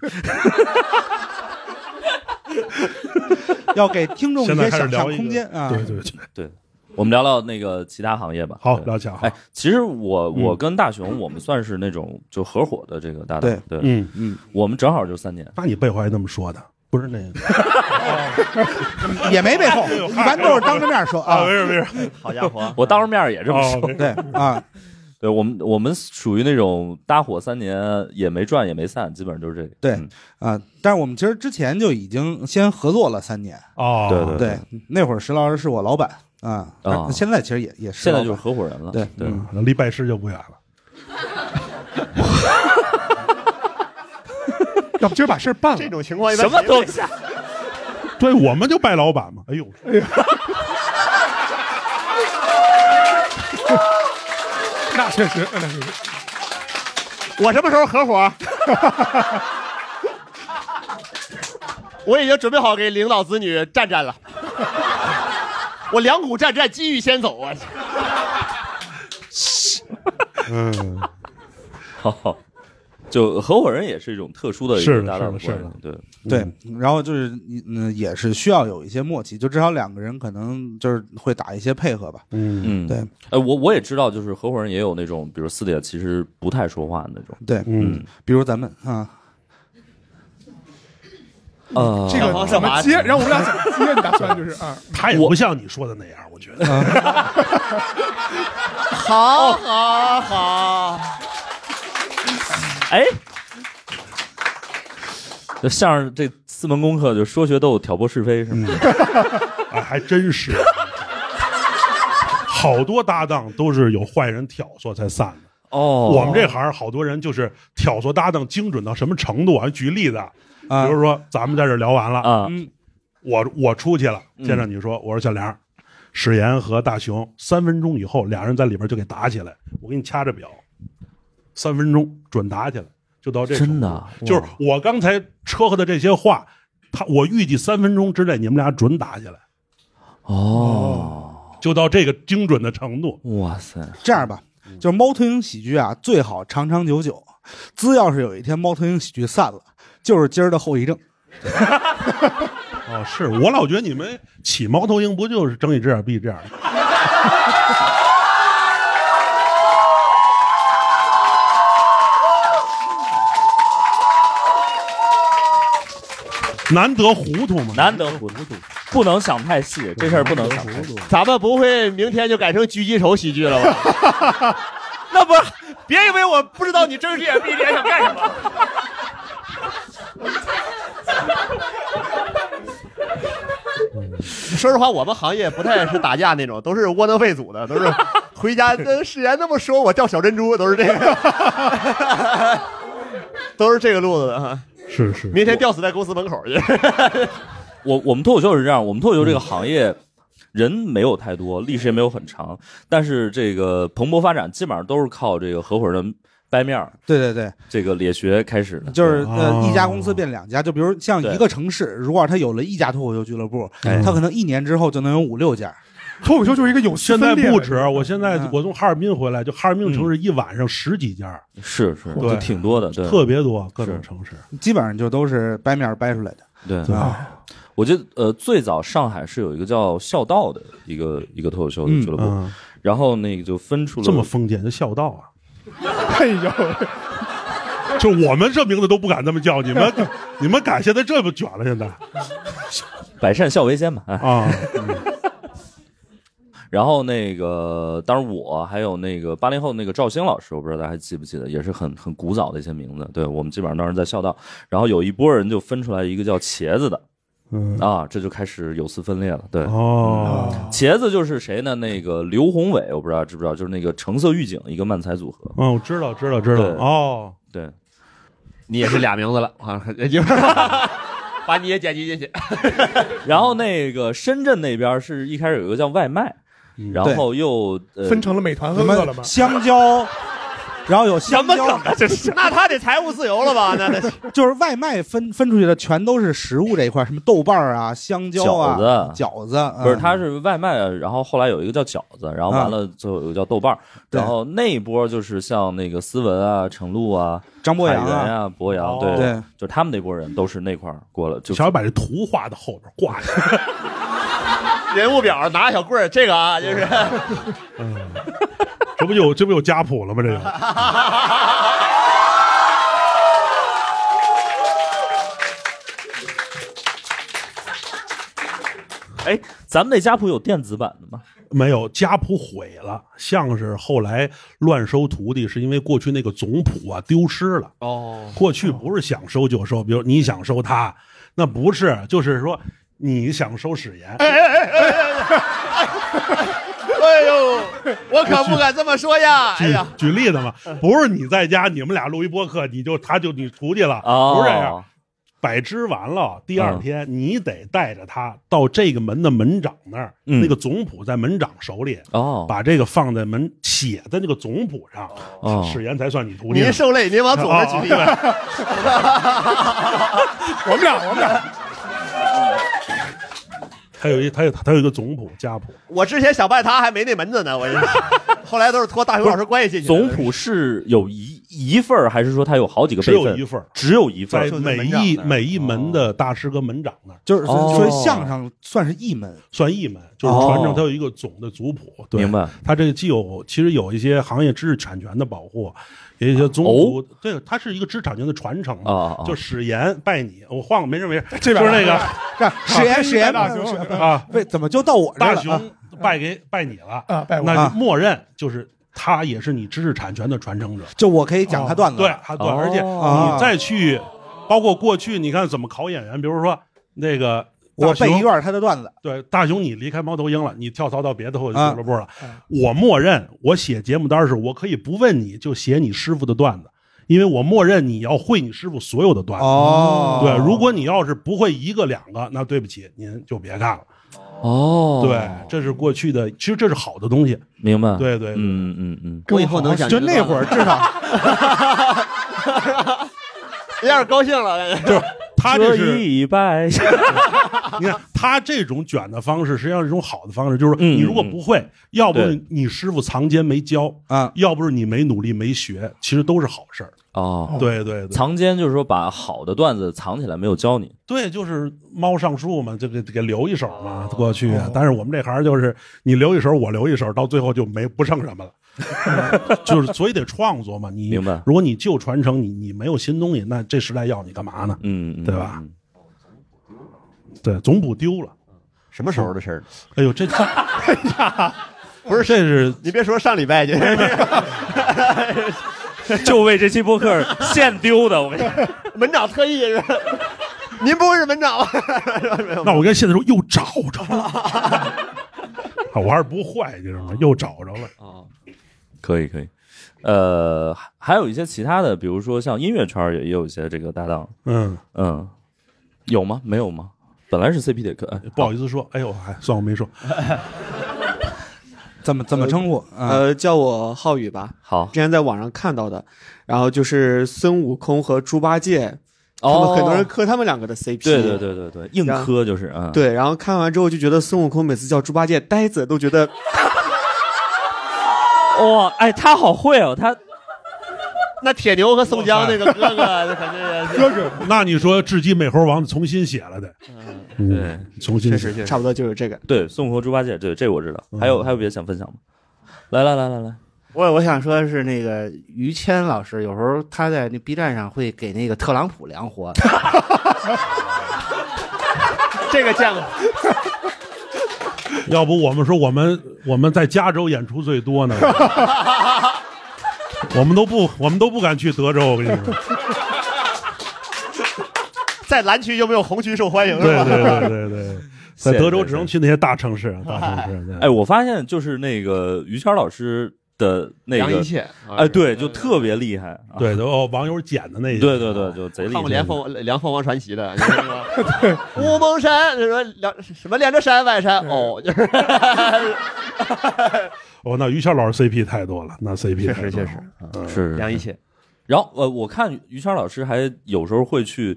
要给听众一
现在
些
开始
想象
聊一个
空间啊。
对对对，
我们聊聊那个其他行业吧。
好，
对
聊起来。
哎，其实我
啊嗯
我跟大熊，我们算是那种就合伙的这个搭档，
对
对，
嗯，
我们正好就三年。
那你背后还那么说的，不是那个？
啊也 没背
哎
后，一般都是当着面说啊。
事没事，
好家伙，
我当着面儿也这么
哦
说，
没事
对啊，
对我们我们属于那种搭伙三年也没转也没散，基本上就是这个。
对
嗯
啊，但是我们其实之前就已经先合作了三年，
哦，
对对
对，那会儿石老师是我老板啊，
啊
现在其实也也是
现
老
在
板，
就是合伙人了。
对
对，
嗯那离拜师就不远了。
要不今儿把事儿办
这
了。
种情况一般
什么东西？啊
对，我们就拜老板嘛。哎呦，
那确实，那确实。
我什么时候合伙？ 我已经准备好给领导子女站站了。 我两股战战，机遇先走啊！
嗯，
好，就合伙人也是一种特殊的一
是
个
的
搭档的
是的
关系。对，
对，嗯然后就是嗯，也是需要有一些默契，就至少两个人可能就是会打一些配合吧。
嗯，
嗯，
对。
哎，我我也知道，就是合伙人也有那种，比如四点其实不太说话的那种。
对，
嗯，
比如咱们
嗯
啊，
呃，
这
啊
个怎么接？然后我们俩怎么接？你打算就是啊，
他也不像你说的那样，我觉得。
好好啊好，
哎，就像是这四门功课，就说学逗，挑拨是非，是吗？
嗯哎，还真是。好多搭档都是有坏人挑唆才散的。
哦
我们这行好多人就是挑唆搭档精准到什么程度啊？举例子啊，比如说咱们在这聊完了，
啊，嗯
我我出去了，接着你说，我说小梁，史岩和大熊三分钟以后，俩人在里边就给打起来，我给你掐着表，三分钟准打起来，就到这程度
真的啊
就是
哇
我刚才车和的这些话，他我预计三分钟之内你们俩准打起来，
哦，
就到这个精准的程度。
哇塞，
这样吧，
嗯
就是猫头鹰喜剧啊，最好长长久久。只要是有一天猫头鹰喜剧散了，就是今儿的后遗症。
哦，是我老觉得你们起猫头鹰不就是睁一只眼闭一只眼吗？ 难得糊涂嘛，
难得糊涂，不能想太细，这事儿不能想太细。
咱们不会明天就改成狙击手喜剧了吧？
那不是
别以为我不知道你睁只眼闭只眼想干什么。 说实话，我们行业不太是打架那种，都是窝囊废组的，都是回家那史岩那么说我掉小珍珠，都是这个， 都是这个路子的哈。
是是，
明天吊死在公司门口去。
我我们脱口秀是这样，我们脱口
嗯
秀这个行业人没有太多，历史也没有很长，但是这个蓬勃发展基本上都是靠这个合伙人掰面儿，
对对对，
这个咧学开始的。
就是呃，
哦
一家公司变两家，就比如像一个城市，如果它有了一家脱口秀俱乐部，
哎
它可能一年之后就能有五六家。
脱口秀就是一个有
现
丝
在
分裂的
不止，我现在
嗯
我从哈尔滨回来，就哈尔滨城市一晚上十几家，
是是，
对
就挺多的，对
特别多各种
是
城市。
基本上就都是掰面儿掰出来的。
对。
对
啊
我记得呃，最早上海是有一个叫孝道的一个一个脱口秀的俱乐部，
嗯，
然后那个就分出了
这么封建就孝道啊，
哎呦，
就我们这名字都不敢这么叫，你们你们敢现在这么卷了？现在
百善孝为先嘛。啊，
啊，
然后那个，当然我还有那个八零后那个赵鑫老师，我不知道大家还记不记得，也是很很古早的一些名字。对我们基本上当时在校道，然后有一波人就分出来一个叫茄子的
嗯，
啊，这就开始有丝分裂了。对，
哦，
茄子就是谁呢？那个刘宏伟，我不知道知不知道，就是那个橙色预警一个漫才组合。
嗯，我知道，知道，知道
对，
哦，
对，
你也是俩名字了，啊好像也就是 把你也剪辑进去。
然后那个深圳那边是一开始有一个叫外卖，
嗯
然后又呃
分成了美团和
什
饿了么
么。香蕉，然后有香蕉，
啊？这是
那他得财务自由了 吧？那得
就是外卖分分出去的全都是食物这一块，什么豆瓣儿啊、香蕉啊、
饺子
饺子，嗯
不是，它是外卖，啊然后后来有一个叫饺子，然后
嗯
完了最后有一个叫豆瓣儿，
对
然后那一波就是像那个思文啊、程璐啊、
张博
海
洋
源
啊，
啊、博洋，
哦
对，
对
就他们那波人都是那块儿过了，就
瞧把这图画到后边挂着，
人物表拿小棍儿，这个啊，就是
这不有这不有家谱了吗？这个，
哎，咱们那家谱有电子版的吗？
没有家谱毁了，像是后来乱收徒弟，是因为过去那个总谱啊丢失了。
哦，
过去不是想收就收，比如你想收他，那不是，就是说你想收史岩，
哎呦，我可不敢这么说呀！哎
举
呀，
举例子嘛，不是你在家，你们俩录一播客，你就他就你徒弟了，
哦，
不是这样。摆支完了，第二天你得带着他到这个门的门长那儿，
嗯
那个总谱在门长手里，
哦，
把这个放在门写在那个总谱上，
哦
史岩才算你徒弟呢。
您受累，您往左边举例 吧。
我们俩，我们俩，
他有一他有他有一个总谱家谱，
我之前想拜他还没那门子呢，我这后来都是托大熊老师关系进去的。
总谱是有一一份儿，还是说它有好几个
只
备份？
有一份儿，
只有一份
在
儿。
就在
每
门长
一
那儿
每一门的大师跟门长那儿
就是
哦
所以相声算是一门，
算一门，就是
哦
传承，它有一个总的族谱。对
明白？
它这个既有其实有一些行业知识产权的保护，也有一些宗族，对，它是一个知识产权的传承嘛。
哦啊啊
就史岩拜你，我换个没事没事，
这边
就是那个
这史岩史岩
哎大熊
啊，
为怎么就到我这儿
大
了啊？
雄拜给拜你了，
啊，拜我
那
啊
就默认就是他也是你知识产权的传承者。
就我可以讲他段子，
对，他对，
哦
而且你再去，包括过去你看怎么考演员，比如说那个大
我背
熊
一段他的段子，
对，大雄，你离开猫头鹰
嗯
了，你跳槽到别的或者
啊
俱乐部了。我默认我写节目单时，我可以不问你就写你师傅的段子，因为我默认你要会你师傅所有的段子。
哦
对，如果你要是不会一个两个，那对不起，您就别干了。
哦，
对，，这是过去的，其实这是好的东西。
明白。
对对对
嗯嗯嗯，
我以后能讲
就那会儿至少
有点高兴了。哎
他
这
这是
一拜。
你看，他这种卷的方式，实际上是一种好的方式，就是
嗯
你如果不会，要不
对
你师傅藏奸没教，
啊，
要不是你没努力没学，其实都是好事儿。
哦，
对对对。
藏奸就是说把好的段子藏起来，没有教你。
对，就是猫上树嘛，这个给留一手嘛，过去。啊但是我们这行就是你留一手，我留一手，到最后就没不剩什么了。 就是所以得创作嘛，你
明白
如果你就传承，你你没有新东西，那这时代要你干嘛呢？
嗯，嗯
对吧？
嗯
对，总谱丢了。
什么时候的事儿？
哎呦，这
不是
这是
你别说上礼 拜去，
就为这期播客现丢的，我跟你讲，
门长特意是。您不会是门长吧？没有
那我跟现在说又找着了， 啊我还是不坏，你知道吗？又找着了。
可以可以。呃，还还有一些其他的，比如说像音乐圈儿也也有一些这个搭档，
嗯，
嗯，有吗？没有吗？本来是 CP 的，可哎
不好意思说，哎呦，还算我没说。
怎么怎么称呼啊？
呃，叫我浩宇吧。
好
之前在网上看到的，然后就是孙悟空和猪八戒，他
哦，
们很多人磕他们两个的 CP。
对对对对对，硬磕就是啊，嗯，
对，然后看完之后就觉得孙悟空每次呃叫猪八戒呆子，都觉得
哇、哎，他好会哦，他
那铁牛和宋江那个哥哥，那肯定是
哥哥，
那你说《智击美猴王》重新写了得，嗯
对，
重新
确
写
实。确实差不多就是这个。
嗯
对，孙悟空、猪八戒，对，这我知道。还有还有别的想分享吗？来来来来来，
我我想说的是，那个于谦老师有时候他在那 B 站上会给那个特朗普量活，
这个见过。
要不我们说我们我们在加州演出最多 呢，我们都不我们都不敢去德州，我跟你 说，
在蓝区就没有红区受欢迎，是
对
吧？
对对对对，在德州只能去那些大城市，啊 大城市。对
哎，我发现就是那个于谦老师的那
杨
个
一，切，
哎，对，就特别厉害。啊
对，都哦网友剪的那些，
对对对，就贼厉
看
害啊
过。梁凤梁凤凰传奇的，你知道吗乌蒙山什么梁什么连着山外山哦，就是
哦，那于谦老师 CP 太多了，那 CP 太多了，
是
梁一切，
然后呃，我看于谦老师还有时候会去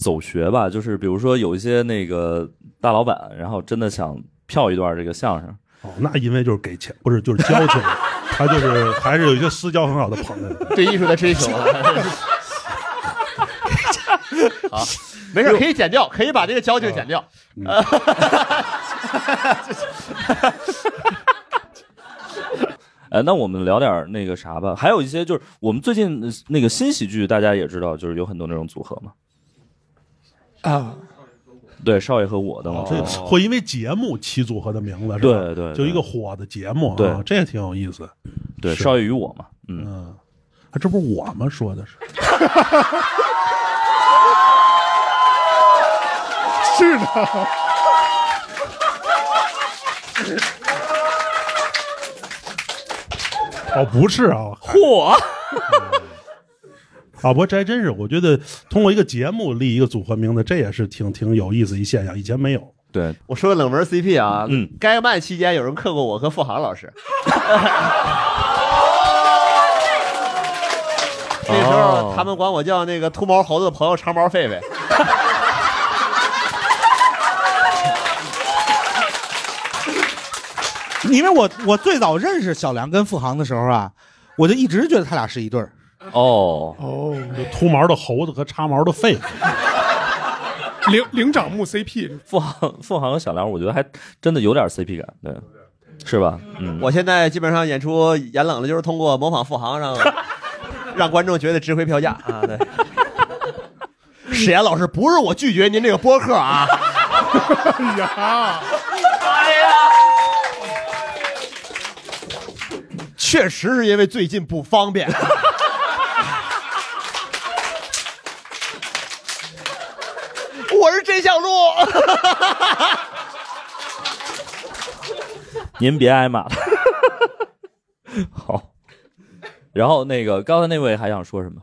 走学吧，就是比如说有一些那个大老板，然后真的想跳一段这个相声，
哦，那因为就是给钱，不是就是交 情，他就是还是有一些私交很好的朋友。
哦
对艺术的追求啊。 好，没事，可以剪掉，可以把这个交情剪掉。
呃，那我们聊点儿那个啥吧，还有一些就是我们最近呃那个新喜剧，大家也知道，就是有很多那种组合嘛。
啊，
对，少爷和我的嘛，
这会因为节目起组合的名字是吧？
对对对
就一个火的节目啊，
对
这也挺有意思。
对
是
少爷与我嘛，嗯，
嗯，啊，这不是我吗？说的是，
是的，
哦，不是啊，
嚯，
啊，不过这还真是，我觉得通过一个节目立一个组合名字，这也是挺挺有意思一现象，以前没有。
对，
我说个冷门 CP 啊，
嗯，
该漫期间有人克过我和付航老师。 那时候他们管我叫那个秃毛猴子朋友长毛狒狒。
因为我我最早认识小梁跟付航的时候啊，我就一直觉得他俩是一对儿。
哦，
秃毛的猴子和插毛的狒狒，
灵灵长目 CP
付航 付航和小梁，我觉得还真的有点 CP 感，对，是吧？嗯，
我现在基本上演出演冷了，就是通过模仿付航让让观众觉得值回票价啊。对，史岩老师不是我拒绝您这个播客啊，哎
呀，
确实是因为最近不方便。啊我是真想录。
您别挨骂了。 好，然后那个刚才那位还想说什么？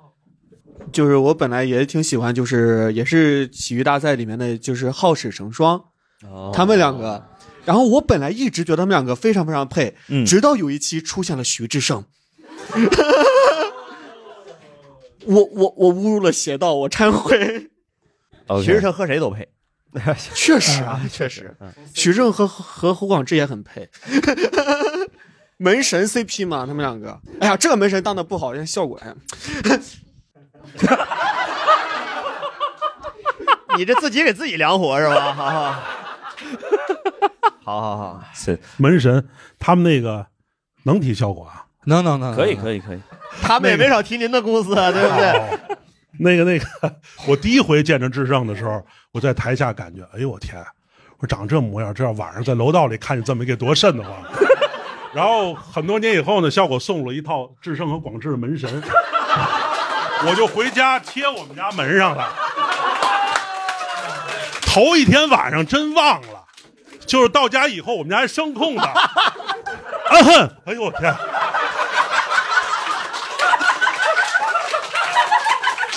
就是我本来也挺喜欢，就是也是喜剧大赛里面的，就是好使成双，他们两个。然后我本来一直觉得他们两个非常非常配，
嗯
直到有一期出现了徐志胜，我我我侮辱了邪道，我忏悔。
其实他和谁都配，
确实啊，
确实。
徐正和和胡广志也很配， 门神 CP 嘛，他们两个。哎呀，这个门神当的不好，这效果哎呀。
你这自己给自己量活是 吧？好好，好好好，
行，
门神他们那个能提效果啊？
能能能，
可以
以。
可以可以，
他们也没少提您的公司啊，对不对？
哦 那个那个，我第一回见着志胜的时候，我在台下感觉，哎呦我天，我长这模样，这要晚上在楼道里看见这么一个多瘆得慌。 然后很多年以后呢，效果送了一套志胜和广志的门神，我就回家贴我们家门上了。头一天晚上真忘了，就是到家以后，我们家还声控的。啊哼， 哎呦我天！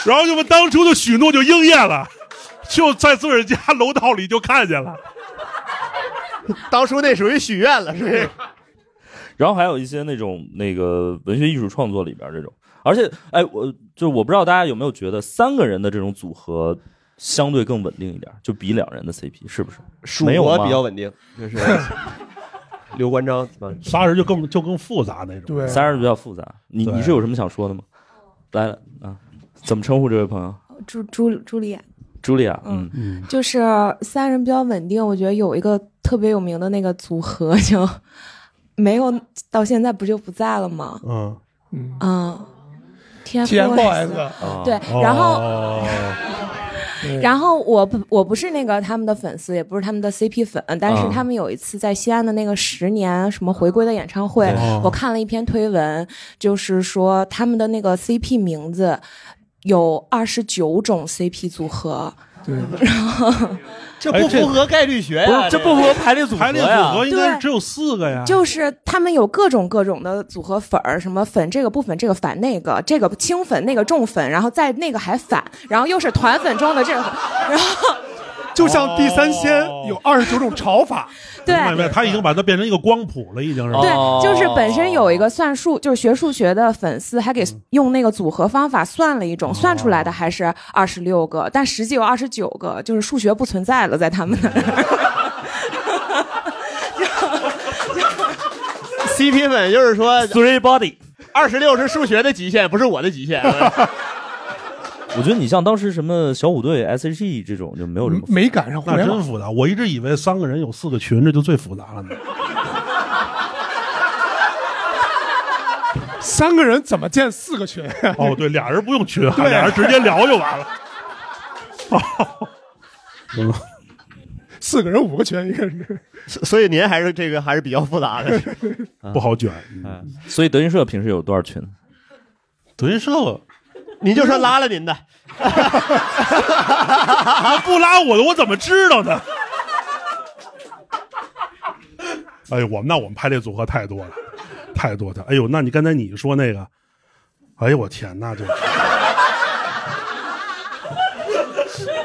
然后就把当初的许诺就应验了，就在自个儿家楼道里就看见了。
当初那属于许愿了，是不是？
然后还有一些那种那个文学艺术创作里边这种，而且哎，我就是我不知道大家有没有觉得三个人的这种组合相对更稳定一点，就比两人的 CP 是不是？
蜀
没有
国
吗
比较稳定，就是 刘关张，嗯
仨人就更就更复杂那种。
对，
三人比较复杂，你
对
你是有什么想说的吗？来了啊，怎么称呼这位朋友？
朱朱朱丽亚，
茱莉亚，
嗯
嗯，
就是 三人比较稳定。我觉得有一个特别有名的那个组合叫没有到现在不就不在了吗？
嗯，
嗯
TFBOYS
嗯哦
对，
哦
然后然后我不我不是那个他们的粉丝，也不是他们的 CP 粉，但是
啊
他们有一次在西安的那个十年什么回归的演唱会，
哦
我看了一篇推文，就是说他们的那个 CP 名字有二十九种 CP 组合，
哎这不符合概率学
哎
呀、
这不符合排列组合
排列
呀
组。合应该是只有四个呀，
就是他们有各种各种的组合粉儿，什么粉这个不粉这个反那个，这个轻粉那个重粉，然后在那个还反，然后又是团粉 中的这个，然后
就像地三鲜有二十九种炒 法，
对
哦明白没有？他已经把它变成一个光谱了，已经是吧。
对，就是本身有一个算术，就是学数学的粉丝还给用那个组合方法算了一种，算出来的还是二十六个，但实际有二十九个，就是数学不存在了，在他们那儿。
CP 粉就是说
Three body，
二十六是数学的极限，不是我的极限。
我觉得你像当时什么小虎队、S.H.E E 这种就没有这么复杂
没赶上互
那
联
真
网。
复杂，我一直以为三个人有四个群，这就最复杂了呢。
三个人怎么建四个群？
哦，对，俩人不用群，
对
俩人直接聊就完了。
四个人五个群，一个人
所以您还是这个还是比较复杂 的。
嗯
不好卷。嗯
所以德云社平时有多少群？
德云社
您就说拉了您的，
他不拉我的，我怎么知道呢？哎呦，我们那我们排列组合太多了，太多的。哎呦，那你刚才你说那个，哎呦我天，那就，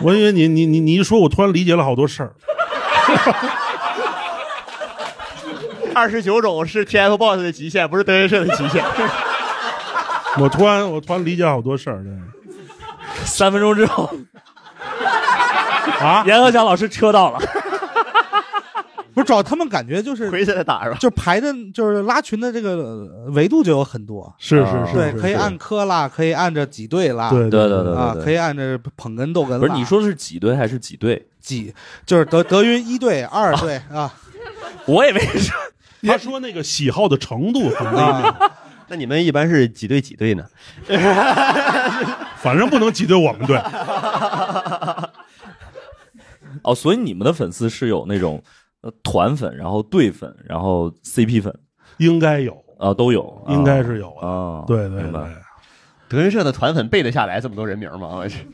我以为你你你你一说，我突然理解了好多事儿。
二十九种是 TFBOYS 的极限，不是德云社的极 限。
我突然我突然理解好多事儿，对
三分钟之后，
啊，
严鹤翔老师车到了，
不是主要他们感觉就是
回去再打是吧？
就排的，就是拉群的这个维度就有很多，
是
啊
是是，
对，
是
可以
是
按科拉，可以按着几队拉，
对
对
对
对
啊，
对
可以按着捧哏逗哏拉。
不是你说的是几队还是几队？
几，就是德德云一队、二队啊
我以为是
他说那个喜好的程度很微妙，
啊，
那你们一般是几对几对呢？
反正不能挤兑我们队。
哦，所以你们的粉丝是有那种呃团粉，然后队粉，然后 CP 粉
应该有，
啊、都有，啊
应该是有的。
啊，
对对
明
对
白，。
德云社的团粉背得下来这么多人名吗？我去，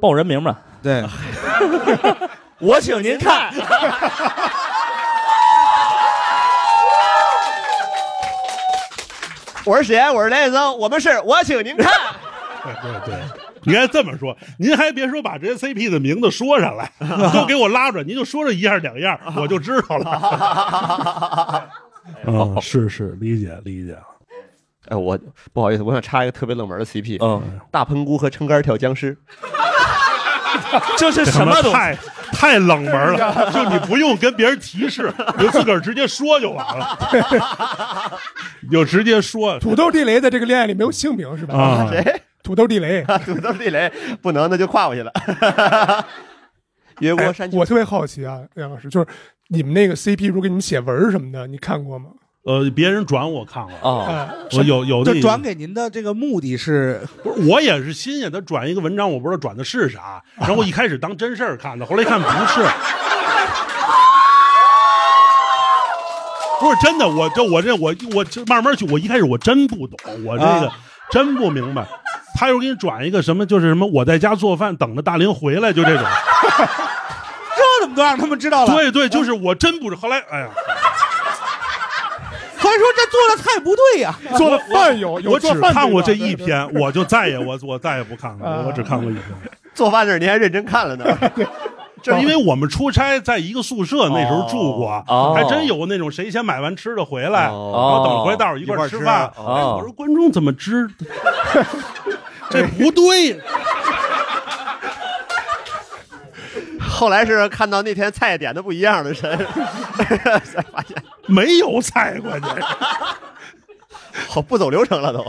报人名吧，
对，
我请您看，
我是谁？我是梁先生，我们是我请您看。
对对对，应该这么说。您还别说把这些 CP 的名字说上来，都给我拉出来，您就说这一样两样，我就知道了。
哦
嗯，是是，理解理解。 啊
哎，我不好意思，我想插一个特别冷门的 CP，、
嗯，
大喷菇和撑杆跳僵尸。
这是什么东西？
太太冷门了，就你不用跟别人提示，你就自个儿直接说就完了，你 就直接说
土豆地雷在这个恋爱里没有姓名是吧？
啊。
谁？ 啊
土豆地 雷，
土豆地雷不能，那就跨过去了。哎越过山丘，
我特别好奇啊，梁老师，就是你们那个 CP 如果给你们写文儿什么的，你看过吗？
呃，别人转我看过，
哦，
啊，
我有有的
就转给您的这个目的是
不是，我也是新鲜，他转一个文章，我不知道转的是啥，然后我一开始当真事儿看的，后来一看不是。不是真的，我这我这我我这慢慢去，我一开始我真不懂，我这个、
啊
真不明白。他又给你转一个什么，就是什么我在家做饭，等着大林回来，就这种。
这怎么都让他们知道了？
对对，就是我真不是。后来哎呀，
还说这做的菜不对呀、
做的饭有有
我
做
只
饭
看过这
对吧
一篇，我就再也我我再也不看
啊
了，我只看过一篇。
做饭那儿您还认真看了 呢。
这因为我们出差在一个宿舍，那时候住过，
哦
还真有那种谁先买完吃的回来，
哦
然后等回来大伙儿一块
一
儿
块儿吃
饭。
啊
哦
哎我说观众怎么知？这不对，
后来是看到那天菜点的不一样的人， 才发现
没有菜，关 键。
好哦不走流程了都，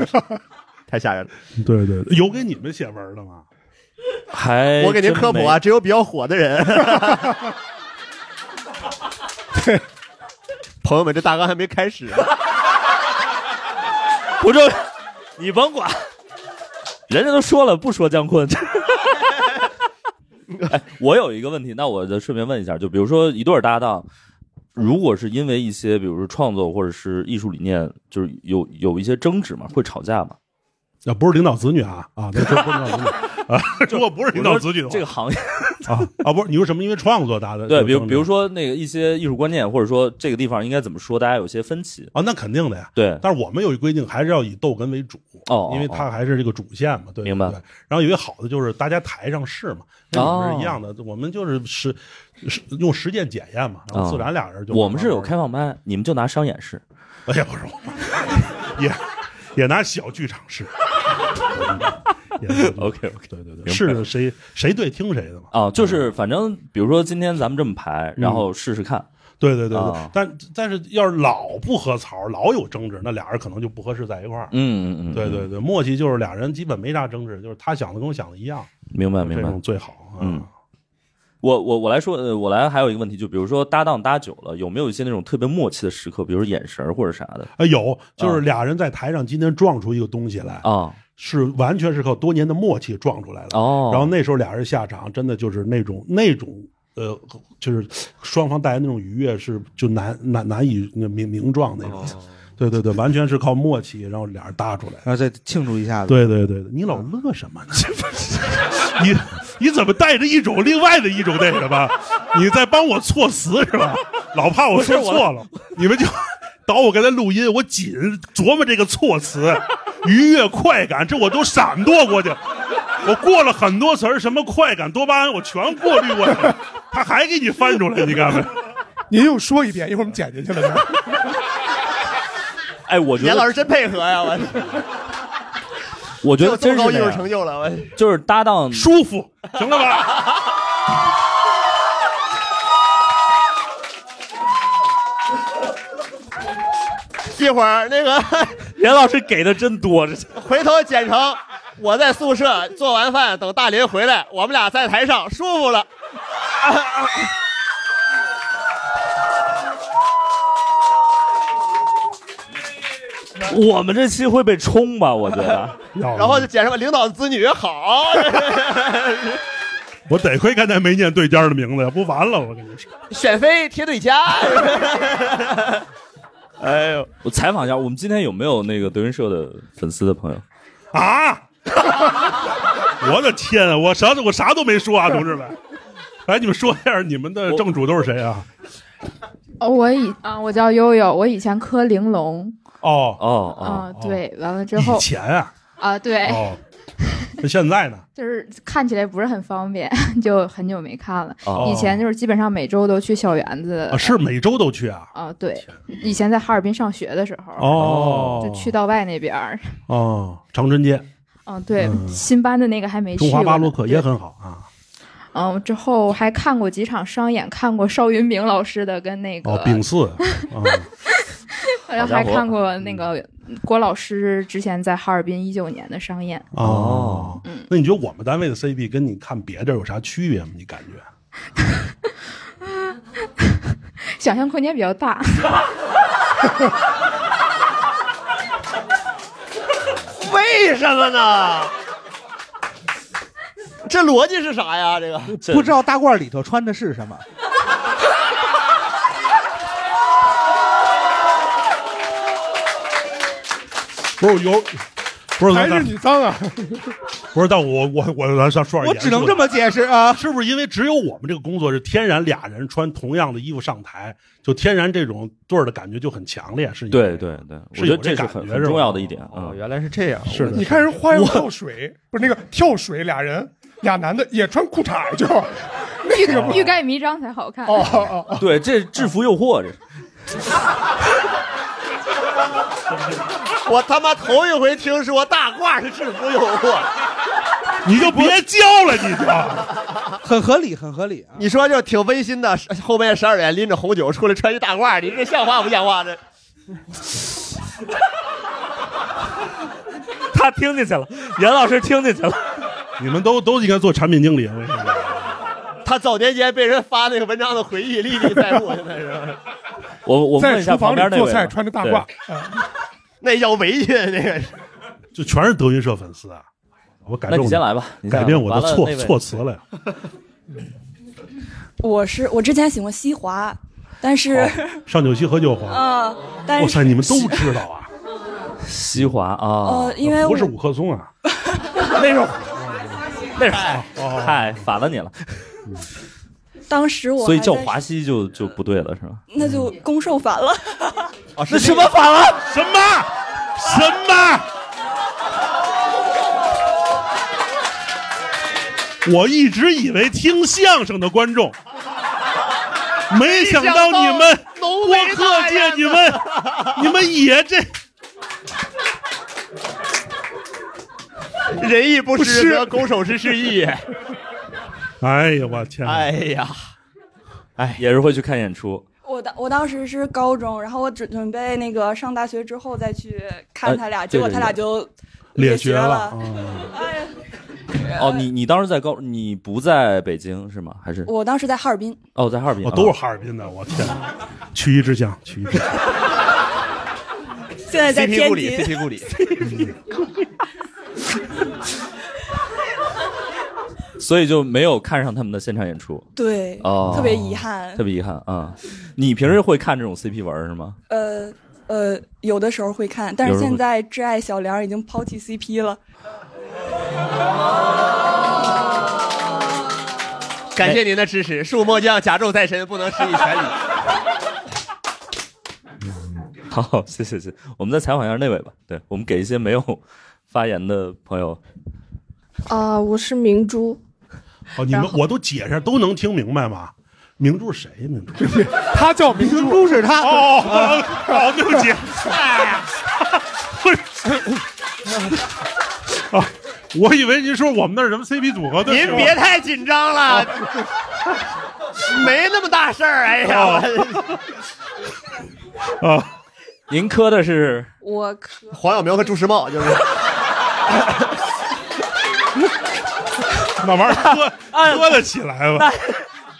太吓人了。
对对，对有给你们写文儿的吗？
还
我给您科普啊，只有比较火的人，
真没，
朋友们，这大纲还没开始、啊
不重要，你甭管，人家都说了不说姜 昆。哎，我有一个问题，那我就顺便问一下，就比如说一对儿搭档，如果是因为一些，比如说创作或者是艺术理念，就是有有一些争执嘛，会吵架吗？
啊，不是领导子女啊啊，那是不是领 导子女啊，如果不是领导子女的话，
这个行业
啊啊，不是你说什么？因为创作搭的
对，
有
比如
争
比
执
如说那个一些艺术观念，或者说这个地方应该怎么说，大家有些分歧。
啊，那肯定的呀。
对，
但是我们有一规定，还是要以逗哏为主，
哦，
因为它还是这个主线嘛，对，
明白
对。然后有一个好的就是大家台上试嘛，跟我们是一样
哦
的，我们就是实实用实践检验嘛，然后自然俩人就
哦我们是有
慢慢
开放麦，你们就拿商演试。
哎呀，不是我们，也也拿小剧场试。也拿小剧场
OK OK
对对
明白
对，是谁谁对听谁的嘛？
啊，
嗯
就是反正比如说今天咱们这么排，然后试试看。
对对对对
啊，
但但是要是老不合槽，老有争执，那俩人可能就不合适在一块儿。
嗯嗯嗯，
对对对，默契就是俩人基本没啥争执，就是他想的跟我想的一样，
明白明
这
白
种。最好。啊
嗯，我我我来说，呃，我来还有一个问题，就比如说搭档搭久了，有没有一些那种特别默契的时刻，比如说眼神儿或者啥的
啊，有，就是俩人在台上今天撞出一个东西来，
啊？
是完全是靠多年的默契撞出来的。
哦，
然后那时候俩人下场，真的就是那种那种呃，就是双方带来那种愉悦是就难难难以名名状那种。
哦
对对对，完全是靠默契，然后俩人搭出来。
然后再庆祝一下子。
对对对，你老乐什么呢？ 你你怎么带着一种另外的一种那什么？你在帮我措辞是吧？老怕我说错了，你们就导我刚才录音，我紧琢磨这个措辞，愉悦快感，这我都闪躲过去。我过了很多词儿，什么快感、多巴胺，我全过滤过去了，他还给你翻出来，你看没？
您又说一遍，一会儿我们剪进去 了呢。
哎，我觉
严老
得
师真配合呀、我
我觉
又
得
这
真是
么高艺
那
术
样
成就了，我
就是搭档
舒服，行了吧？
一会儿那个
严老师给的真多，这
回头剪成我在宿舍做完饭，等大林回来，我们俩在台上舒服了。
我们这期会被冲吧？我觉得
然
然后就剪成领导子女好，
我得亏刚才没念对家的名字，要不完了，我跟你说。
选妃贴对家。哎呦，
我采访一下，我们今天有没有那个德云社的粉丝的朋友？
啊！ 我的天啊！我啥都我啥都没说啊，同志们。哎，你们说一下你们的正主都是谁啊？
哦，我以啊，我叫悠悠，我以前磕玲珑
哦，
哦哦，
啊，对，完了之后
以前啊，
啊，对，
哦，那现在呢？
就是看起来不是很方便， 就很久没看了。
哦
以前就是基本上每周都去小园子
啊，是每周都去啊？
啊，对，以前在哈尔滨上学的时候，
哦
就去道外那边儿，
哦，长春街
嗯，对，
嗯
新搬的那个还没去
中
过呢。
华巴洛克也
对
很好啊。
嗯，之后还看过几场商演，看过邵云炳老师的跟那个，
哦，丙四啊，
然后还看过
嗯
那个郭老师之前在哈尔滨一九年的商演，
哦，
嗯
那你觉得我们单位的 CP 跟你看别地儿有啥区别吗？你感觉？
想象空间比较大。
为什么呢？这逻辑是啥呀？这个
这
不知道大褂里头穿的是什么，
不是有，不是
还
咱
是
咱
你脏啊？
不是，但我我我咱上说点
我
严
只
肃
能
的
这么解释啊。
是不是因为只有我们这个工作是天然俩人穿同样的衣服上台，就天然这种对儿的感觉就很强烈？是因
对
为
对对，我
是
觉
有
得这是很
这感觉
很
是吧
重要的一点啊
哦，。原来是这样。
是的，
你看人花样跳水，不是那个跳水俩人，俩男的也穿裤衩就，
欲欲盖弥彰才好看。
哦哦哦，
对，这制服诱惑，这是
我他妈头一回听说大褂是制服诱惑，
你就别教了，你就
很合理，很合理啊。
你说就挺温馨的。后半夜十二点拎着红酒出来穿一大褂，你这像话不像话？这
他听进去了，严老师听进去了。
你们都都应该做产品经理。我跟你说
他早年间被人发那个文章的回忆历历在目，现在是。
我我
在
问一下
厨
旁
房
边
里
那
做
位吧，
菜穿着大褂嗯
对，
那要围去那个。
就全是德云社粉丝啊！我改
那
正
你
我
先
的
来吧你先
改
来
变
吧
我
完
的
了
措
那位
措辞了呀。
我是我之前喜欢西华，但是
上九溪喝酒花，
啊，但
哇
是
塞，哦你们都知道啊！
西华啊，
呃，因为
哦不是
我
五棵松啊，
那种那是嗨反了你了，
当时我
所以
还
叫
在
华西就就不对了是吗？
那就攻受反了。
哦
啊，那什么反了？
什么什么？我一直以为听相声的观众，没想到你们
播
客界你们你们也这
仁义不
施
施，则拱手之示意。
哎呀，我天！
哎呀，
哎，也是会去看演出。
我当我当时是高中，然后我准准备那个上大学之后再去
呃
看他俩，
对
结果
对
他俩
对
就
列
学
绝了啊
了。
嗯
哎
哦，你你当时在高，你不在北京是吗？还是
我当时在哈尔滨，
哦，在哈尔滨？
我
啊
都是哈尔滨的，我天！曲艺之乡，曲艺之乡。
现在在
CP
天
故里
津。
，CP 故里。
所以就没有看上他们的现场演出。
对，
哦，
特别遗憾
特。别遗憾啊！你平时会看这种 CP 文儿是吗？
呃呃，有的时候会看，但
有
是
时候
现
会
在挚爱小梁已经抛弃 CP 了。
感谢您的支持，恕末将甲胄在身，不能施以全礼。
好，谢谢谢，我们再采访一下那位吧。对我们给一些没有发言的朋友，
啊、我是明珠，
哦，你
然
们
后
我都解释都能听明白吗？明珠是谁呀？明珠，
他叫明珠，
珠是他。哦，哦哦，对不起，哎 啊，我以为您说我们那儿什么 CP 组合，对
您
不起
别太紧张了，没那么大事儿。哎呀，我
啊，
您磕的是
我可
黄晓明和朱时茂就是。
那玩意儿喝喝得起来吧？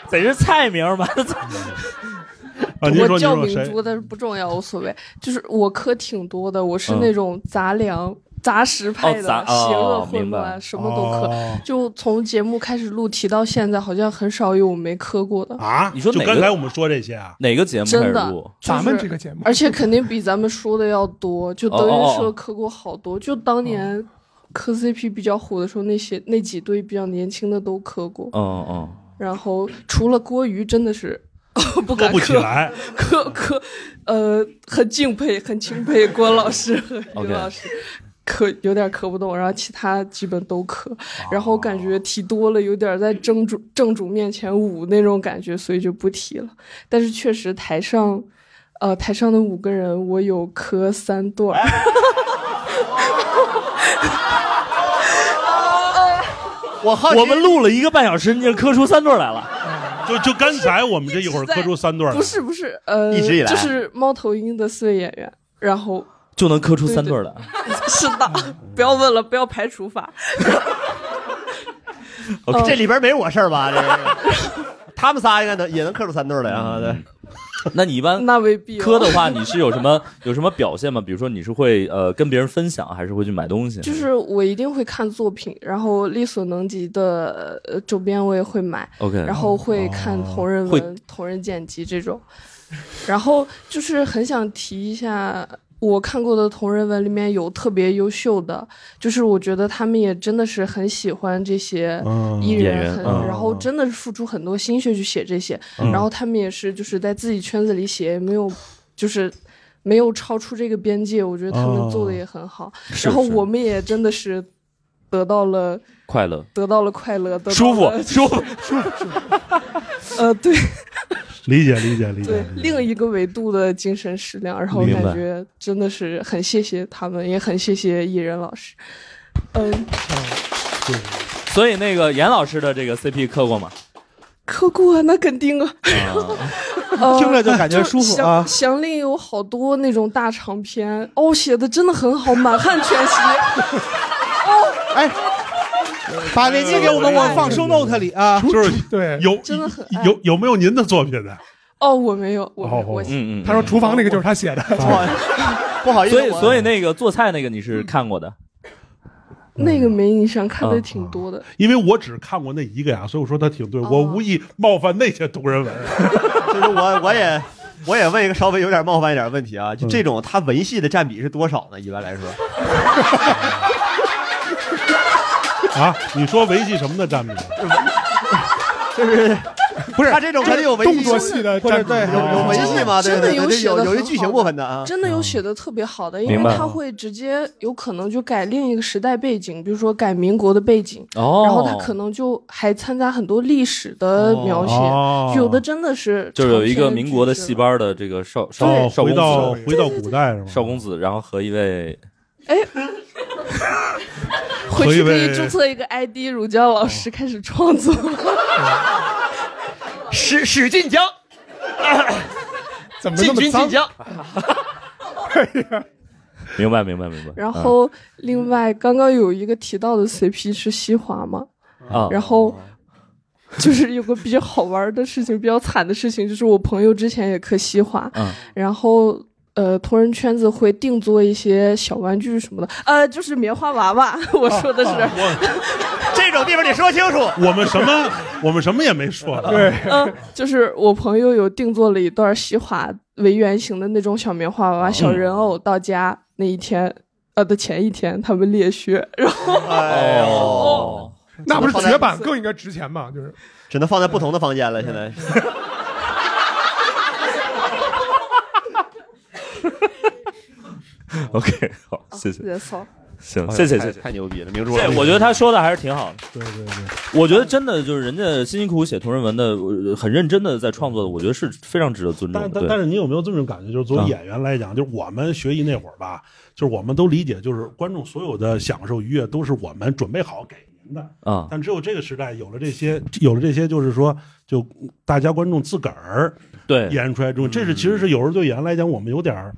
得是菜名儿吧？
啊，您说
我
您
叫
说
明
谁？
珠，但是不重要，无所谓。就是我磕挺多的，我是
嗯
那种杂粮、杂食派
哦
的，
杂哦
邪恶混
明白
乱，什么都磕。
哦
就从节目开始录提到现在，好像很少有我没磕过的，
啊，
你说
就
哪个
刚才我们说这些啊？
哪个节目开
真
始
的
录？。
就是
咱们这个节目
而且肯定比咱们说的要多。就德
哦哦
云
哦
社磕过好多，就当
哦
年磕 CP 比较火的时候，那些那几对比较年轻的都磕过。
嗯嗯，
然后除了郭瑜，真的是
喝
不敢
不起
磕。
来，
柯柯，呃，很敬佩、很钦佩郭老师和 于
嗯 OK
老师，磕有点磕不动，然后其他基本都磕，然后感觉提多了有点在正主正主面前舞那种感觉，所以就不提了。但是确实台上，呃，台上的五个人，我有磕三对儿。
我好奇，
我们录了一个半小时，你就磕出三对儿来了。
就就刚才我们这一会儿磕出三对儿来
不是不是，呃，
一直以来
就是猫头鹰的四位演员，然后
就能磕出三对儿来。
是的，不要问了，不要排除法。
哦
嗯
这里边没我事儿吧？这个 他们仨应该能也能磕出三对儿来啊！对，
那你一般
那未必、哦。
磕的话，你是有什么 有什么表现吗？比如说你是会呃跟别人分享，还是会去买东西？
就是我一定会看作品，然后力所能及的呃周边我也会买，
OK，
嗯
然后会看同人
会
文、同人剪辑这种。然后就是很想提一下，我看过的同人文里面有特别优秀的，就是我觉得他们也真的是很喜欢这些
嗯
艺
演
人，
员
很
嗯
然后真的是付出很多心血去写这些，
嗯
然后他们也是就是在自己圈子里写，也没有就是。没有超出这个边界，我觉得他
哦
们做的也很好。
是
然后
是
我们也真的是得到了
快乐。
得到了快乐，得到
舒服
了，
舒服，
呃，对
理解理解理解
对，，
理解
另一个维度的精神食粮。然后
明白
感觉真的是很谢谢他们，也很谢谢艺人老师。嗯，
所以那个严老师的这个 CP 磕过吗？嗯
磕过啊那肯定啊，呃
听着就感觉
就
舒服
祥
啊。
祥林有好多那种大长篇，哦，写的真的很好，满汉全席。
哎，把那期给我们，我放 show note 里啊。
就是
对，
有
真的很爱
有有没有您的作品呢？
哦，我没有，我没有我
嗯嗯，
他说厨房那个就是他写的，
不好意思
所以
我
所以那个做菜那个你是看过的，嗯
那个没你上看的挺多的。
因为我只看过那一个呀，所以我说他挺对，我
哦
无意冒犯那些读人文人。
就是我我也我也问一个稍微有点冒犯一点的问题啊，就这种它文戏的占比是多少呢？一般来说，
啊，你说维系什么的占比？
就是
不
是他这种肯定有文戏
动作戏的
或者对有有文戏吗？对
真的
对
有
对，
写
有
的
有一剧情部分的啊，
真的
嗯
有写的特别好的，因
明
为
白
他会直接有可能就改另一个时代背景，比如说改民国的背景，
哦
然后他可能就还掺杂很多历史的描写，
哦
有的真的是
就是有一个
长篇
民国的戏班的这个少少
哦
少
回
公
到
子，
回到古代是吗？
少公子，然后和一位
哎，回
和一
去可
位
以注册一个 ID，儒教老师开始创作。
史史进江，
怎么
进
那么
军
脏
晋江，
明白明白明白。嗯哦
然后另外刚刚有一个提到的 CP 是西华嘛，
啊
然后就是有个比较好玩的事情，比较惨的事情，就是我朋友之前也磕西华，
啊
嗯
然后呃，同人圈子会定做一些小玩具什么的，呃，就是棉花娃娃， 我说的是，
哦这种地方得说清楚。
我们什么我们什么也没说。
嗯，就是我朋友有定做了一段西华为原型的那种小棉花娃娃、小人偶，到家那一天，呃的前一天，他们裂血，然后
哎
哦
呦，
那不是绝版更应该值钱吗？就是
只能放在不同的房间了。现在
哎 OK，好，谢谢。
别骚。
行，
哎呦
谢谢
太
谢谢，
太牛逼了，明珠
对
老师，
我觉得他说的还是挺好的。
对对对。
我觉得真的就是人家辛辛苦苦写同人文的，呃很认真的在创作的，我觉得是非常值得尊重的。
但但
对
但是你有没有这种感觉？就是作
啊
为演员来讲，就是我们学艺那会儿吧，就是我们都理解，就是观众所有的享受愉悦都是我们准备好给您的。
啊，
但只有这个时代有了这些，有了这些，就是说，就大家观众自个儿
对嗯
演出来之后，这是其实是有时候对演员来讲，我们有点儿，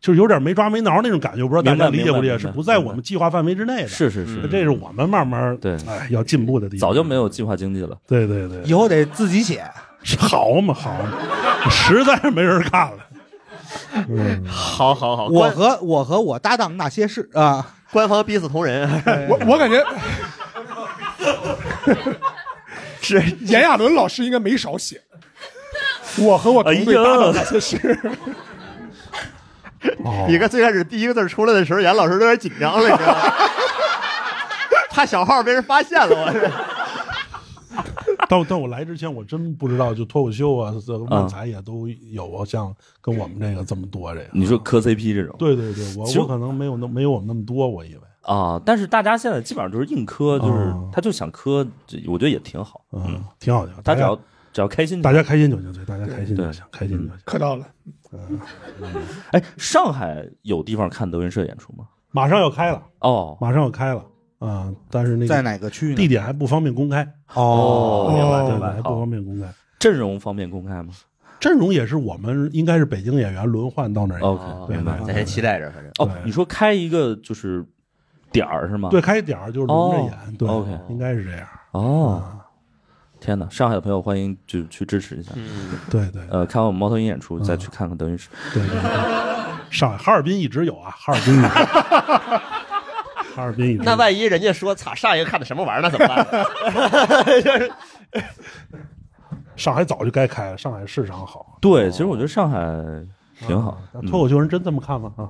就是有点儿没抓没挠那种感觉，我不知道大家
明白
理解不理
明白
解，
明
是
白
不在我们计划范围之内的。
是是是，
这是我们慢慢
对
哎要进步的地方。
早就没有计划经济了。
对对对，
以后得自己写。
好嘛好嘛，实在是没人看了。嗯，
好好好，
我
官
和我和我搭档那些事啊，
官方逼死同人，
哦哎
我我 感觉
是
炎亚纶老师应该没少写。我和我
哎
同队搭档那些事，
你看最开始 第一个字出来的时候，严老师都有点紧张了，你知道 吗？怕小号被人发现了，我是。
但但我来之前，我真不知道，就脱口秀啊，这个
嗯
漫才也都有啊，像跟我们这个这么多这个。
你说磕 CP 这种，
对对对，我
其实
我可能没有那没有我们那么多，我以为。
啊，但是大家现在基本上就是硬磕，就是他就想磕，这我觉得也挺好，
嗯，挺好的。
他只
大家
要只要开心就
大
好，
家开心就行，对，大家开心就行，开心
嗯
就行。
磕到了。
哎，上海有地方看德云社演出吗？
马上要开了，
哦，
马上要开了啊！但是那个
在哪个区呢
地点还不方便公开
哦明白
对
明白
还不
好
方便公开。
阵容方便公开吗
阵容也是我们应该是北京演员轮换到那儿
？OK，
对
哦明白。
咱先期待着，反正。
哦，你说开一个就是点儿是吗？
对，开点儿就是轮着
哦
演，对
OK，
应该是这样。
哦，天哪！上海的朋友欢迎就去支持一下，
对对，
呃，看完我们猫头鹰演出，
嗯
再去看看德云社。
对对 对，上海、哈尔滨一直有啊，哈尔滨一直有， 哈尔滨一直
那
有。
万一人家说“操，上一个看的什么玩意儿”，那怎么办？就是
上海早就该开了，上海市场好。
对，其实我觉得上海挺好。嗯
那脱口秀人真这么看吗？啊，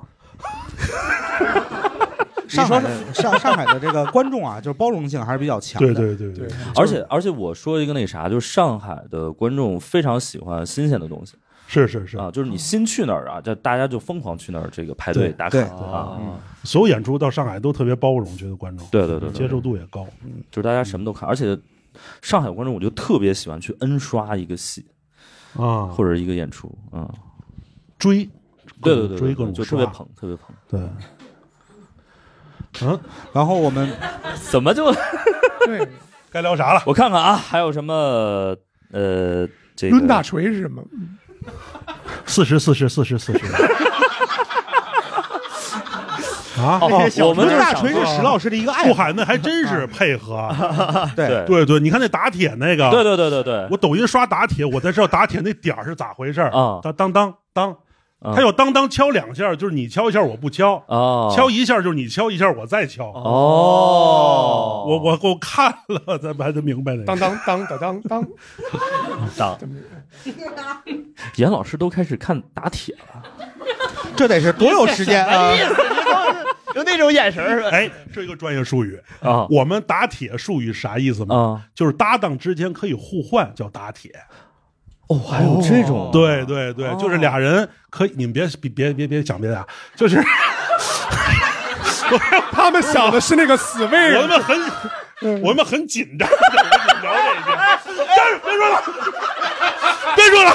上海的上上海的这个观众啊，就是包容性还是比较强的。
对对对对
嗯而且而且我说一个那啥，就是上海的观众非常喜欢新鲜的东西。
是是是
啊，就是你新去那儿啊，就大家就疯狂去那儿这个排
对
队打卡
对
啊，嗯
所有演出到上海都特别包容，觉得观众
对对对对对
接受度也高。
就是大家什么都看，而且上海观众我就特别喜欢去 N 刷一个戏
啊
或者一个演出，嗯，
追，
对对对，
追
对
各种
就特别
刷
捧，特别捧。
对，嗯，
然后我们
怎么就
对，
该聊啥了？
我看看啊，还有什么呃，这个
抡大锤是什么？
四十四十四十四十。啊
哦那些小
我们
就是
大
想
锤是
做
石老师的一个爱好，不喊那还真是配合。啊
对
对对，你看那打铁那个，
对对对对对
我抖音刷打铁，我才知道打铁那点儿是咋回事儿
啊
当当当当，他有当当敲两下，就是你敲一下我不敲，
哦
敲一下就是你敲一下我再敲。
啊哦，
我我我看了，咱们还真明白那
当
个。
当当当当当，
当，严老师都开始看打铁了，
这得是多有
时间啊什么意思就那种眼神儿。
哎，这个专业术语
啊
我们打铁术语啥意思
嗯
吗？就是搭档之间可以互换，叫打铁。
哦， 还有这种，
对对对，就是俩人可以，你们别别别别别讲别的啊，就是
他们想的是那个死位，
我们很 我们很紧张，我们紧张这一边。但是别说了，别说了，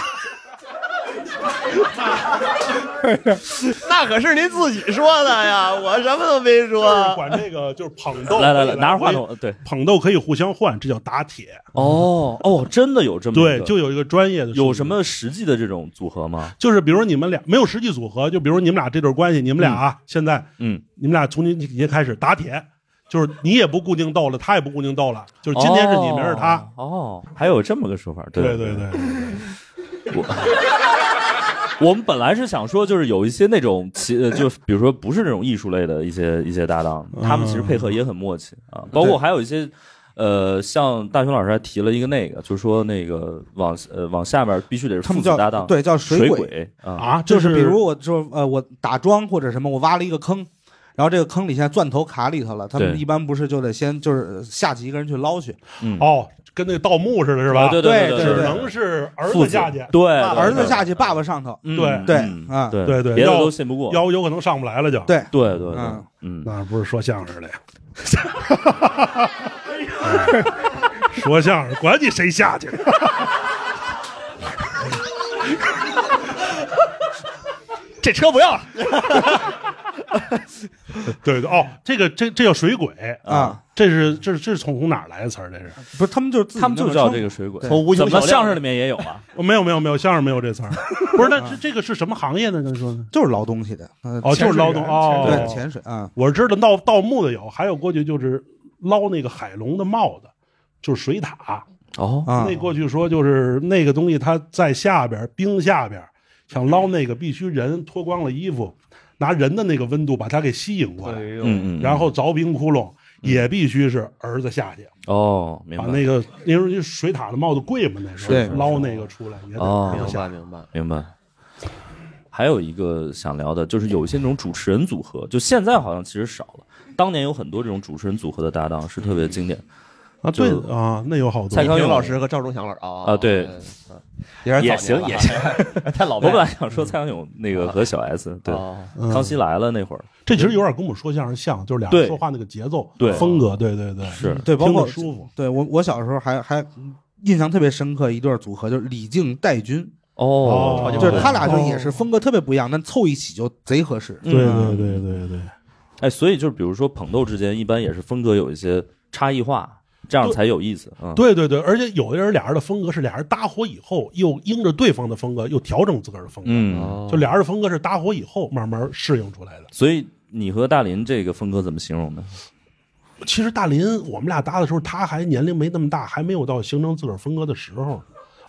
那可是您自己说的呀，我什么都没
就是
说。
管这个就是捧逗。
来来来
可以
拿着话筒 对，
捧逗可以互相换，这叫打铁。
哦哦，真的有这么
对，就有一个专业的
有什么实际的这种组合吗？
就是比如你们俩没有实际组合，就比如你们俩这对关系，你们俩啊，现在，
嗯，
你们俩从今天开始打铁，就是你也不固定斗了，他也不固定斗了，就是今天是你，明儿是他。
哦，还有这么个说法，
对
对
对对，
我们本来是想说，就是有一些那种其， 呃就比如说不是那种艺术类的一些一些搭档，
嗯
他们其实配合也很默契啊。包括还有一些，呃，像大雄老师还提了一个那个，就是说那个往呃往下面必须得是
他
父
们
子
叫
搭档，
对叫
水
水鬼
啊
就是比如我就呃我打桩或者什么，我挖了一个坑，然后这个坑里现在钻头卡里头了，他们
对
一般不是就得先就是下去一个人去捞去，
嗯
哦，跟那个盗墓似的，是吧？
啊对对对对对
只
对
能是儿
父
子
子
下去，
对
啊儿子下去，爸爸上头，
对
嗯对啊，
对对对，
别的
要
都信不过
要有可能上不来了就。
对
对对对
嗯，
嗯，
那不是说相声的呀。 说相声，管你谁下去。
这车不要了。
对对哦，这个这这叫水鬼
啊，
这是这是这是从从哪儿来的词儿？这是
不是他们就是
他们就叫这个水鬼，怎么相声里面也有啊？
哦没有没有没有，相声没有这 词儿。不是，那这这个是什么行业呢？咱说呢？
就是捞东西的，呃
哦，就是捞东哦，
对潜水啊，
我知道盗盗墓的有，还有过去就是捞那个海龙的帽子，就是水獭。
哦
啊
那过去说就是那个东西，它在下边儿冰下边儿，想捞那个必须人脱光了衣服，拿人的那个温度把它给吸引过来，
嗯嗯嗯
然后凿冰窟窿。也必须是儿子下去，
哦，明
把
白
那个因为水獭的帽子贵嘛，那时
是
候捞那个出来也得
哦，
儿子下去
明白
明白。还有一个想聊的，就是有一些那种主持人组合，就现在好像其实少了。当年有很多这种主持人组合的搭档是特别经典
啊，对
就
啊，那有好多
蔡康永
老师和赵忠祥老师啊
啊，对，
有点
也
嗯早年
行
了，
也行
太老
我
派了哦
本来想说蔡康永那个和小 S，对，
嗯
康熙来了那会儿，
这其实有点跟我们说相声像，就是俩
对
人说话那个节奏、
对
风格，对对对，
是
对，包
听
括
着舒服。
对我我小时候还还印象特别深刻一对组合，就是李靖戴军。
哦
超级
就是
棒
他俩就
哦
也是风格特别不一样，但凑一起就贼合适。
对对对对对，
嗯哎，所以就是比如说捧逗之间，一般也是风格有一些差异化，这样才有意思。嗯，
对对对，而且有的人俩人的风格是俩人搭伙以后，又应着对方的风格，又调整自个儿的风格。
哦
嗯
就俩人的风格是搭伙以后慢慢适应出来的。
所以你和大林这个风格怎么形容呢？
其实大林我们俩搭的时候，他还年龄没那么大，还没有到形成自个儿风格的时候。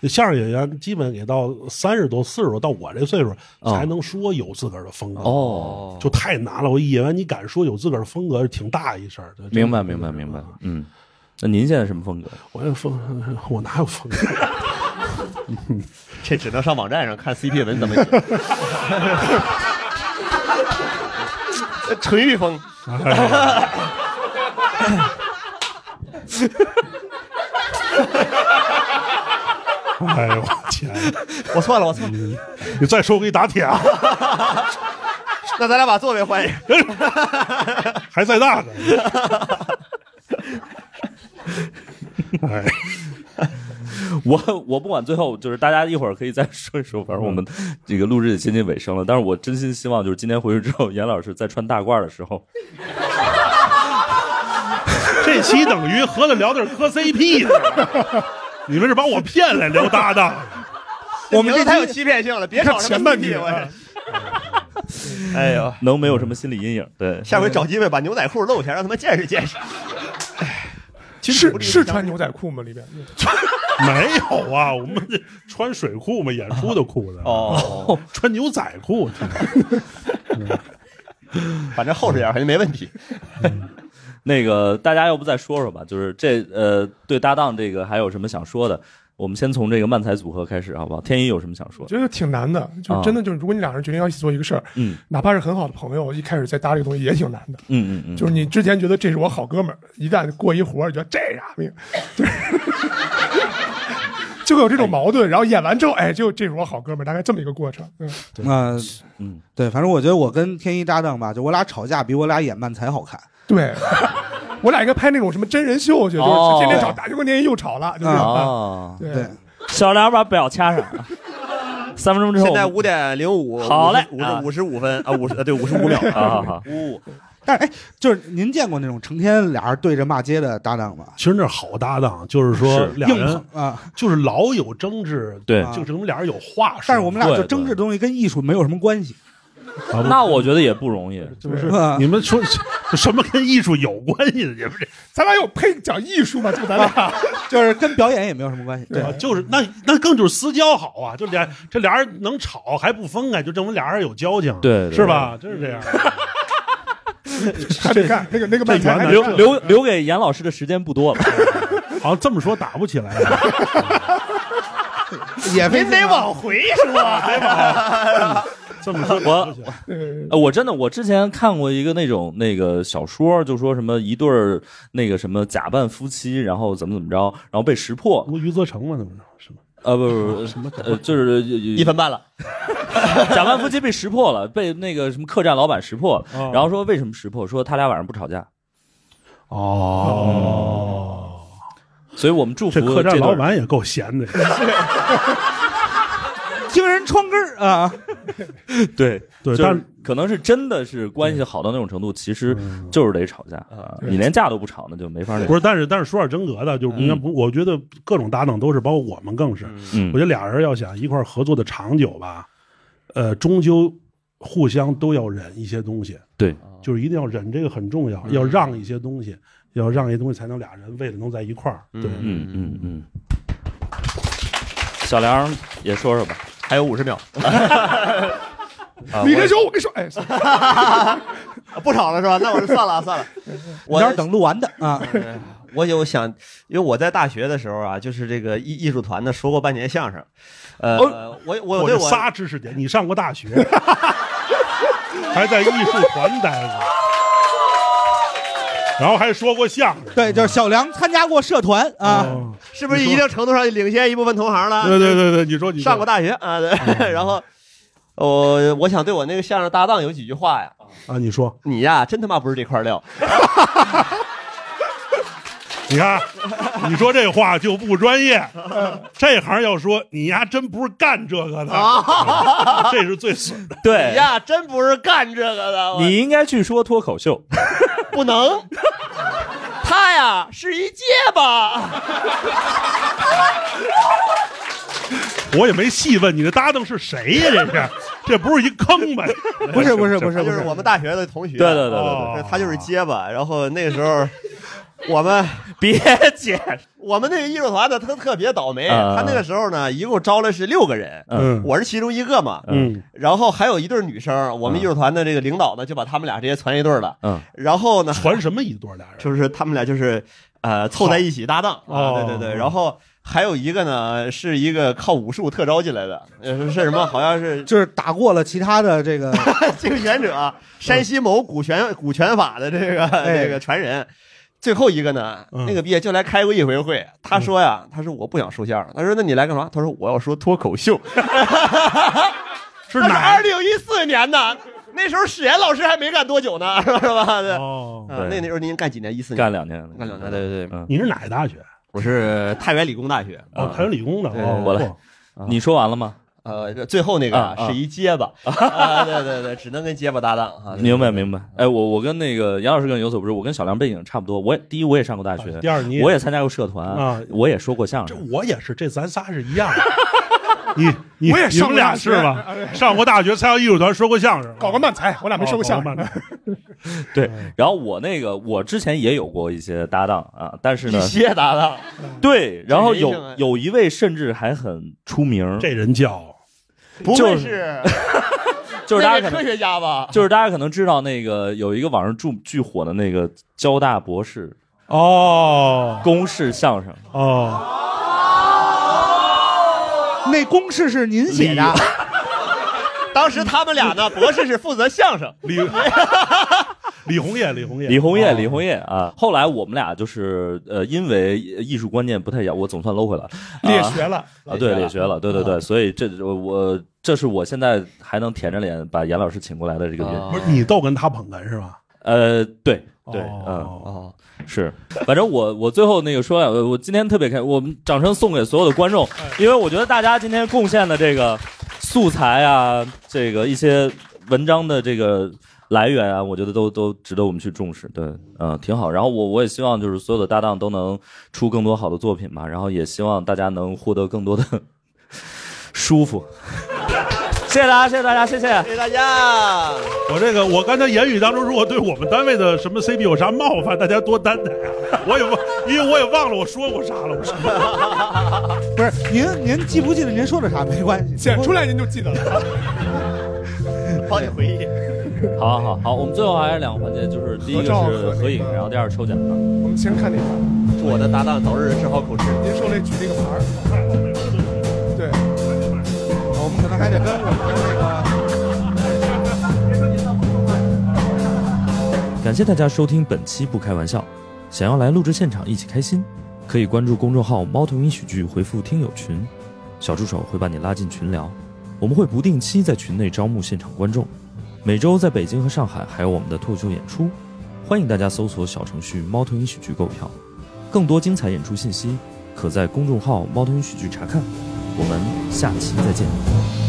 相声演员基本也到三十多、四十多，到我这岁数才能说有自个儿的风格。
哦
就太难了。我一演员，你敢说有自个儿的风格，挺大一事儿的。真的
明白，明白，明白。嗯，那您现在什么风格？
我有风，我哪有风格？
这只能上网站上看 CP 文怎么写。纯欲风，
哎呦，我天！
我错了，我错了。
你再说我给你打铁啊！
那咱俩把座位换一下。
还在那呢。哎，
我 我不管，最后就是大家一会儿可以再说一说，反正我们这个录制也接近尾声了。但是我真心希望，就是今天回去之后，严老师在穿大褂的时候，
这期等于合着聊的是磕 CP 呢，你们是把我骗来聊搭档。
名字太有欺骗性了，别
看
找什
前
么
半
CP
句
我
啊
这。哎呦，
能没有什么心理阴影？对，
下回找机会把牛仔裤露起来，让他们见识见识。
其实是穿牛仔裤吗？里边
没有啊，我们这穿水裤嘛，演出的裤子啊
哦，
穿牛仔裤，
反正厚实点肯定没问题。
那个大家要不再说说吧，就是这呃，对搭档这个还有什么想说的？我们先从这个漫才组合开始，好不好？天一有什么想说
我
的？
觉得挺难的，就
啊
真的就是，如果你俩人决定要一起做一个事儿，
嗯
哪怕是很好的朋友，一开始再搭这个东西也挺难的。
嗯嗯嗯，
就是你之前觉得这是我好哥们儿，一旦过一活儿，觉得这啥命， 就是就会有这种矛盾。然后演完之后，哎，就这是我好哥们儿，大概这么一个过程。嗯，
那
嗯，
对，反正我觉得我跟天一搭档吧，就我俩吵架比我俩演漫才好看。
对，我俩应该拍那种什么真人秀去，就是
哦
天天吵，打结果天天又吵了，就是。
哦
对，
小梁把表掐上，三分钟之后
现在
我们
五点零五，
好嘞
五
啊
十五十五分啊，五十呃对五十五秒，
好好好
五
但是哎，就是您见过那种成天俩人对着骂街的搭档吗？
其实那好搭档，就是说
是
俩人
硬碰啊，
就是老有争执，
对
就是我们俩人有话说。
但是我们俩就争执的东西跟艺术没有什么关系。
啊不
那我觉得也不容易，
是不是你们说 什么跟艺术有关系的？你们这
咱俩有配讲艺术吗？就咱俩，
就是跟表演也没有什么关系。
对，就是那那更就是私交好啊，就俩这俩人能吵还不分开，就证明俩人有交情，
对对
是吧？就是这样。
还得看那个那个漫才还得
留
看，
留留给严老师的时间不多了。
好像这么说打不起来，
也
您得往回说，还往
这么说
我呃，我真的，我之前看过一个那种那个小说，就说什么一对儿那个什么假扮夫妻，然后怎么怎么着，然后被识破。
不余则成吗？怎么着？是吗？
呃，不不不，什么？呃，就是一
分半了。
假扮夫妻被识破了，被那个什么客栈老板识破了。
哦
然后说为什么识破？说他俩晚上不吵架。
哦，
所以我们祝福
这客栈
对儿
老板也 够闲的，
听人窗根儿啊，
对就
对
是
但嗯
可能是真的是关系好到那种程度，其实就是得吵架
嗯
啊！你连架都不吵，那就没法那
不是，但是但是说点真格的，就是你看不，我觉得各种搭档都是，包括我们更是。
嗯
我觉得俩人要想一块儿合作的长久吧，呃，终究互相都要忍一些东西，
对，
就是一定要忍，这个很重
嗯
要，要让一些东西，要让一些东西才能俩人为了能在一块儿。对，
嗯嗯嗯。小梁也说说吧，
还有五十秒。
啊
李
我
真雄， 我跟你说，哎，
啊不吵了是吧？那我就算了算了，我
要是等录完的啊。
我有想，因为我在大学的时候啊，就是这个艺艺术团呢说过半年相声，呃，
哦
我我
我
对
这
我
仨知识点，你上过大学， 还在艺术团待过，然后还说过相声，哦
对，就是小梁参加过社团
哦
啊，
是不是一定程度上领先一部分同行了？
对对对对，你说你说
啊上过大学啊，对， 然后。我我想对我那个相声搭档有几句话呀，
啊，你说
你呀真他妈不是这块料，
你看，你说这话就不专业。这行要说你丫真不是干这个的
啊，
这是最损的。
对
你呀真不是干这个的，我
哎你应该去说脱口秀，
不能， 他呀是一结巴。
我也没细问你的搭档是谁呀？这是，这不是一坑吧？
不是不是不
他
是
就
不
是
是，
我们大学的同学，
对对对对对
哦他就是结巴。然后那个时候，我们
别解释。
我们那个艺术团呢，他特别倒霉。
啊
他那个时候呢，一共招了是六个人，
嗯
我是其中一个嘛，
嗯，
然后还有一对女生。我们艺术团的这个领导呢，就把他们俩直接传一对儿了。
嗯，
然后呢，
传什么一对儿俩人？
就是他们俩就是呃凑在一起搭档啊，
哦
对对对，然后。还有一个呢，是一个靠武术特招进来的，呃是什么？好像是
就是打过了其他的 这个
竞选者，山西某古拳古拳法的这个
哎
这个传人。最后一个呢，
嗯
那个毕业就来开过一回会，他说呀，他说我不想说相声，他说那你来干嘛？他说我要说脱口秀。
是
那是
哪
二？零一四年呢，那时候史岩老师还没干多久呢，是 吧？对，啊，
哦，
那那时候您干几年？一四年
干两年，
干两年，对对对，
嗯，
你是哪个大学？
我是太原理工大学。
啊
哦，太原理工的。
嗯
对
哦，
我来
嚯
你说完了吗？
呃，最后那个啊
啊啊
是一 结巴，啊，对对对，只能跟结巴搭档啊。
明白明白。哎，我我跟那个杨老师跟有所不知，我跟小梁背景差不多。我也第一我也上过大
啊
学，
第二你
我也参加过社团
啊
我也说过相声。
我也是，这咱仨是一样的。你你
我也
你
上
们
过
俩
大学
是吧？上过大学，参加艺术团，说过相声，
搞过漫才，我俩没说过相声。
对，然后我那个我之前也有过一些搭档啊，但是呢，
一些搭档，
对，然后有
这人性啊
有一位甚至还很出名，
这人叫
不会 是
就是大家
那
可
个科
能
学家吧？
就是大家可能知道那个有一个网上巨巨火的那个交大博士
哦，
公式相声
啊
哦，
那公式是您写的，
当时他们俩 呢，博士是负责相声，
李李红叶，李红叶，
李红叶，
哦
李红叶啊！后来我们俩就是呃，因为艺术观念不太一样，我总算搂回来了，啊
列学了
哎
啊，对，
列
列
学
学
了
了，对对对，所以这我我这是我现在还能舔着脸把严老师请过来的这个原因。
不是你都跟他捧哏是吧？
呃，对对，嗯哦，是，反正我我最后那个说呀，我我今天特别开，我们掌声送给所有的观众，因为我觉得大家今天贡献的这个素材啊，这个一些文章的这个来源啊，我觉得都都值得我们去重视，对，嗯，挺好。然后我我也希望就是所有的搭档都能出更多好的作品嘛，然后也希望大家能获得更多的 舒服。谢谢大家，谢谢大家，谢谢，
谢谢大家。
我这个，我刚才言语当中，如果对我们单位的什么 CB 有啥冒犯，大家多担待啊！我也忘，因为我也忘了我说过啥了，我什么？
不是您您记不记得您说的啥没关系，
剪出来您就记得了。
帮你回忆。
好好好，我们最后还是两个环节，就是第一个
合照
是合影，然后第二是抽奖。
我们先看那个。
祝我的搭档早日治好口吃。
您说那举那个牌儿，对，我们可能还得跟我们的那个。
感谢大家收听本期《不开玩笑》，想要来录制现场一起开心，可以关注公众号“猫头鹰喜剧”，回复“听友群”，小助手会把你拉进群聊。我们会不定期在群内招募现场观众，每周在北京和上海还有我们的脱口秀演出，欢迎大家搜索小程序“猫头鹰喜剧”购票。更多精彩演出信息，可在公众号“猫头鹰喜剧”查看。我们下期再见。